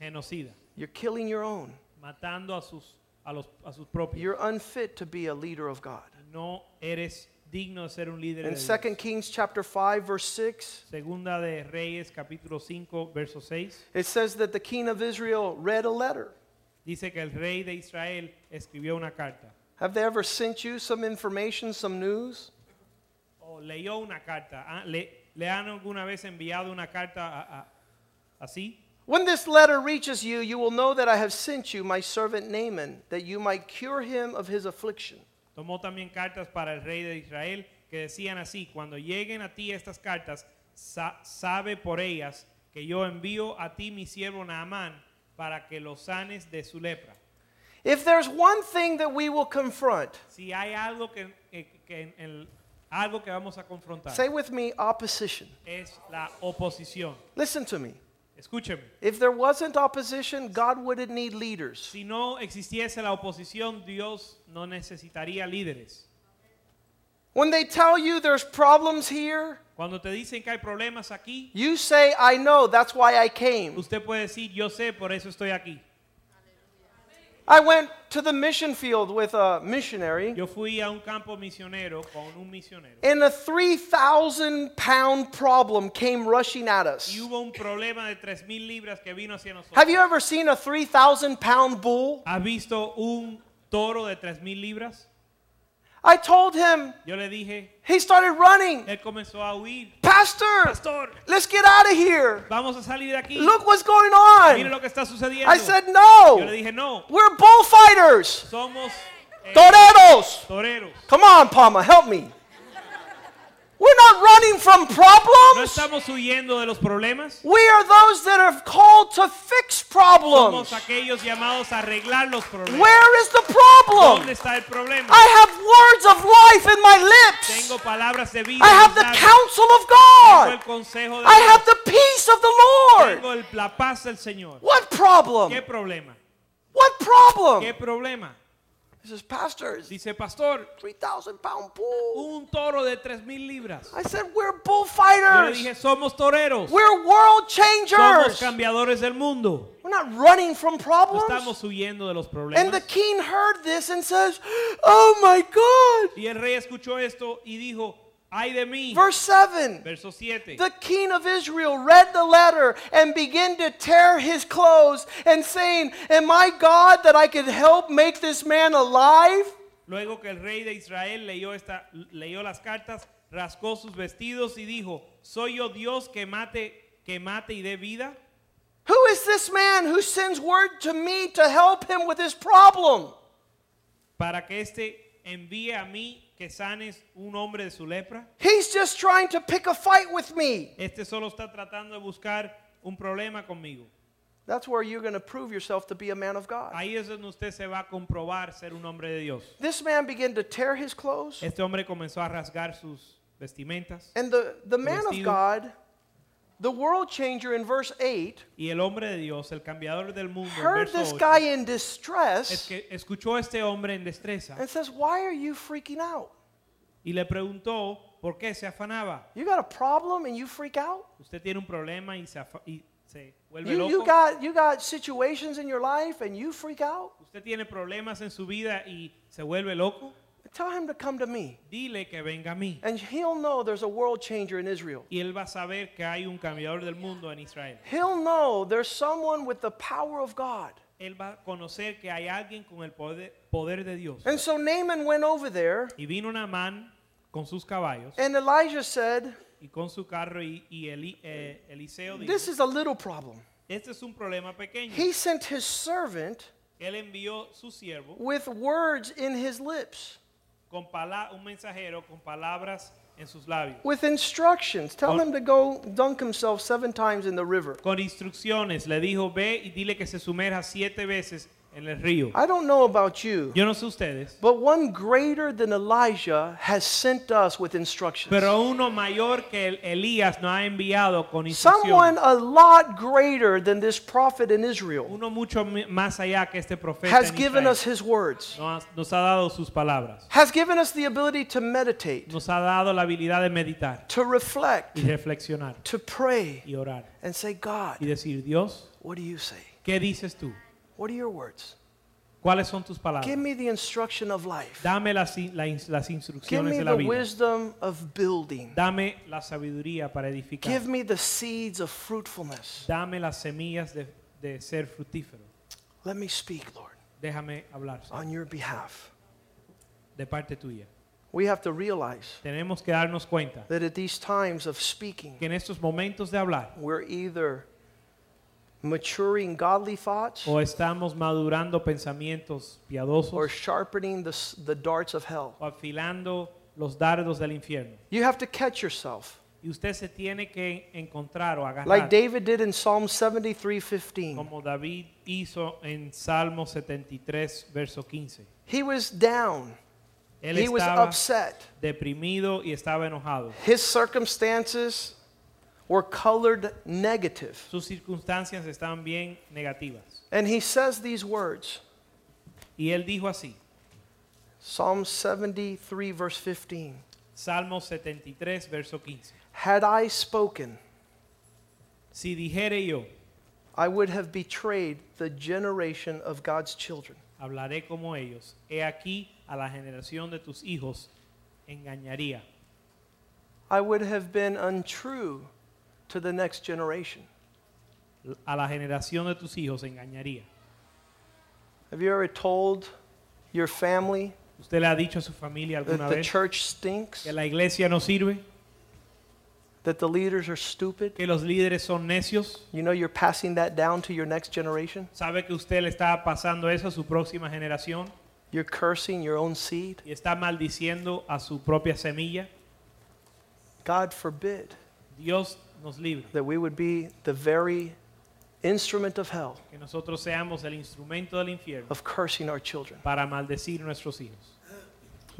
genocida, You're killing your own. matando a sus a los a sus propios. You're unfit to be a leader of God. no eres digno de ser un líder de In Dios. 2 Kings chapter 5 verse 6, Segunda de Reyes capítulo 5 verso 6 it says that the king of Israel read a letter. dice que el rey de Israel escribió una carta Have they ever sent you some information, some news? o leyó una carta. Ah, ¿Le, le han alguna vez enviado una carta a- a- así? When this letter reaches you, you will know that I have sent you my servant Naaman, that you might cure him of his affliction. Tomó también cartas para el rey de Israel que decían así, cuando lleguen a ti estas cartas, sa- sabe por ellas que yo envío a ti mi siervo Naamán para que lo sanes de su lepra. If there's one thing that we will confront, Si hay algo que, que- que en el- algo que vamos a confrontar say with me opposition. es la oposición. Listen to me. Escúcheme, If there wasn't opposition, God wouldn't need leaders. si no existiese la oposición, Dios no necesitaría líderes. When they tell you there's problems here, Cuando te dicen que hay problemas aquí, you say, I know, that's why I came. usted puede decir, yo sé, por eso estoy aquí. I went to the mission field with a missionary Yo fui a un campo misionero con un misionero and a 3,000 pound problem came rushing at us. y hubo un problema de 3000 libras que vino hacia nosotros. Have you ever seen a 3,000 pound bull? ¿Has visto un toro de 3000 libras? I told him, Yo le dije, he started running. él comenzó a huir. Pastor, Pastor, let's get out of here. vamos a salir de aquí. Look what's going Mire on. lo que está sucediendo. I said, Yo le no. dije, no, We're bullfighters, somos eh, toreros. toreros. Come on, Palma, help me. We're not running from No problems. estamos huyendo de los problemas. We are those that are called to fix problems. Somos aquellos llamados a arreglar los problemas. Where is the ¿Dónde problem? está el problema? I have words of life in my lips. Tengo palabras de vida. I en have mis the labios. counsel of Tengo el God. consejo de I Dios. have the peace of the Lord. Tengo el- la paz del Señor. What problem? ¿Qué problema? What ¿Qué problem? problema? He says, Pastor, it's Dice pastor, 3,000 pound bull. un toro de 3000 libras. I said, We're Yo le bullfighters. dije, somos toreros. We're world Somos changers. cambiadores del mundo. We're not running from No problems. estamos huyendo de los And the problemas. king heard this and says, Oh my God. Y el rey escuchó esto y dijo, ay de mí. Verse 7. Verso 7. The king of Israel read the letter and began to tear his clothes and saying, Am I God that I could help make this man alive? Luego que el rey de Israel leyó, esta, leyó las cartas, rascó sus vestidos y dijo, ¿soy yo Dios que mate, que mate y dé vida? Who is this man who sends word to me to help him with his problem? Para que éste envíe a mí que sanes un hombre de su lepra. He's just trying to pick a fight with me. Este solo está tratando de buscar un problema conmigo. That's where you're going to prove yourself to be a man of God. Ahí es donde usted se va a comprobar ser un hombre de Dios. This man began to tear his clothes, Este hombre comenzó a rasgar sus vestimentas. and the, the man of vestido. God, the world changer in verse 8, Y el hombre de Dios, el cambiador del mundo, el heard verso this ocho, guy in es distress que escuchó a este hombre en destreza and says, Why are you freaking out? y le preguntó por qué se afanaba. You got a problem and you freak out? Usted tiene un problema y se, afa- y se vuelve You, you, loco. got, you got situations in your life and you freak out? Usted tiene problemas en su vida y se vuelve loco. Tell him to come to me. Dile que venga a mí. And he'll know there's a world changer in Israel. Y él va a saber que hay un cambiador del mundo en Israel. He'll know there's someone with the power of God. Él va a conocer que hay alguien con el poder, poder de Dios. And so Naaman went over there, Y vino Naamán con sus caballos and Elijah said, y con su carro y, y Eli- eh, Eliseo dijo, This is a little problem. este es un problema pequeño. He sent his servant Él envió su siervo with words in his lips, con pala- un mensajero con palabras en sus labios, with instructions. Tell Con- him to go dunk himself seven times in the river. con instrucciones. Le dijo, ve y dile que se sumerja siete veces en el río. I don't know about you. Yo no sé ustedes, But one greater than Elijah has sent us with instructions. pero uno mayor que el- Elías nos ha enviado con Someone instrucciones. a lot greater than this prophet in Israel Uno mucho mi- más allá que este profeta has en given Israel. us his words, nos, ha- nos ha dado sus palabras. has given us the ability to meditate, Nos ha dado la habilidad de meditar to reflect, y reflexionar to pray, y orar and say, y God, decir, Dios, what do you say? ¿qué dices tú? What are your words? ¿Cuáles son tus palabras? Give me the instruction of life. Dame las, in- la ins- las Give instrucciones me de la the vida. wisdom of building. Dame la sabiduría para edificar. Give me the seeds of fruitfulness. Dame las semillas de, de ser fructífero. Let me speak, Lord, Déjame hablar Señor, on your behalf. de parte tuya. We have to realize Tenemos que darnos cuenta that at these times of speaking, que en estos momentos de hablar we're either maturing godly thoughts o estamos madurando pensamientos or piadosos sharpening the, s- the darts of hell. o afilando los dardos del infierno. You have to catch yourself, Y usted se tiene que encontrar o agarrar like David did in Psalm 73 15. como David hizo en Salmo 73, verso 15. He was down, Él he was estaba upset. deprimido y estaba enojado. His circumstances were colored negative. Sus circunstancias estaban bien negativas. And he says these words Y él dijo así, Psalm 73 verse 15 Salmo 73, verso 15. Had I spoken, Si dijere yo, I would have betrayed the generation of God's children. hablaré como ellos, he aquí a la generación de tus hijos engañaría. I would have been untrue to the next generation. A la generación de tus hijos engañaría. Have you ever told your family ¿Usted le ha dicho a su familia that alguna the vez church stinks, que la iglesia no sirve? that the leaders are stupid? ¿Que los líderes son necios? You know you're passing that down to your next generation? ¿Sabe que usted le está pasando eso a su próxima generación? You're cursing your own seed? ¿Y está maldiciendo a su propia semilla? God forbid Dios nos libre that we would be the very instrument of hell, que nosotros seamos el instrumento del infierno of cursing our children. para maldecir nuestros hijos.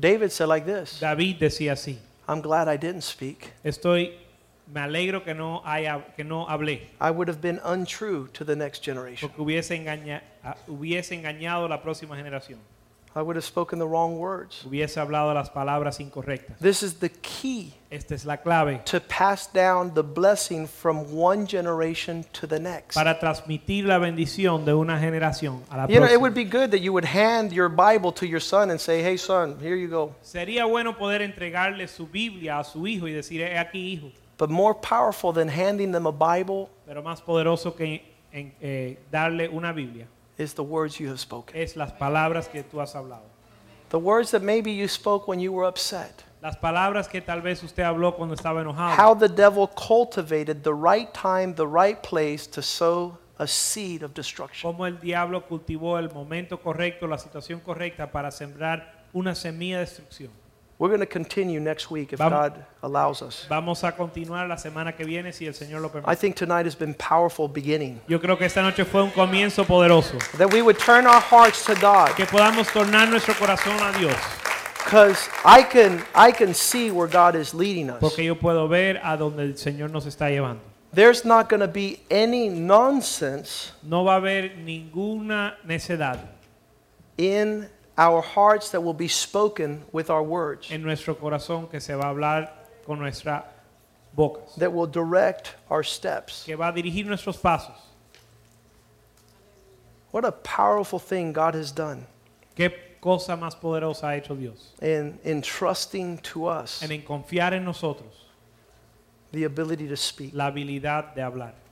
David said like this David decía así, I'm glad I didn't speak. estoy, me alegro que no, haya, que no hablé, I would have been untrue to the next generation. porque hubiese, engaña- a- hubiese engañado a la próxima generación, I would have spoken the wrong words. hubiese hablado las palabras incorrectas. This is the key Esta es la clave to pass down the blessing from one generation to the next. para transmitir la bendición de una generación a la You know, it would próxima. be good that you would hand your Bible to your son and say, "Hey, son, here you go." Sería bueno poder entregarle su Biblia a su hijo y decir, "He aquí hijo, But more powerful than handing them a Bible pero más poderoso que en- eh, darle una Biblia is the words you have spoken. es las palabras que tú has hablado. The words that maybe you spoke when you were upset. Las palabras que tal vez usted habló cuando estaba enojado. How the devil cultivated the right time, the right place to sow a seed of destruction. cómo el diablo cultivó el momento correcto, la situación correcta para sembrar una semilla de destrucción. We're going to continue next week if Vam- God allows us. Vamos a continuar la semana que viene si el Señor lo I permite. think tonight has been powerful beginning. Yo creo que esta noche fue un comienzo poderoso. That we would turn our hearts to God Que podamos tornar nuestro corazón a Dios. because I can I can see where God is leading us. Porque yo puedo ver a donde el Señor nos está llevando. There's not going to be any nonsense No va a haber ninguna necedad in our hearts that will be spoken with our words en nuestro corazón que se va a hablar con nuestras bocas. that will direct our steps. Que va a dirigir nuestros pasos. What a powerful thing God has done ¿Qué cosa más poderosa ha hecho Dios? in entrusting to us En en confiar en nosotros. the ability to speak. la habilidad de hablar.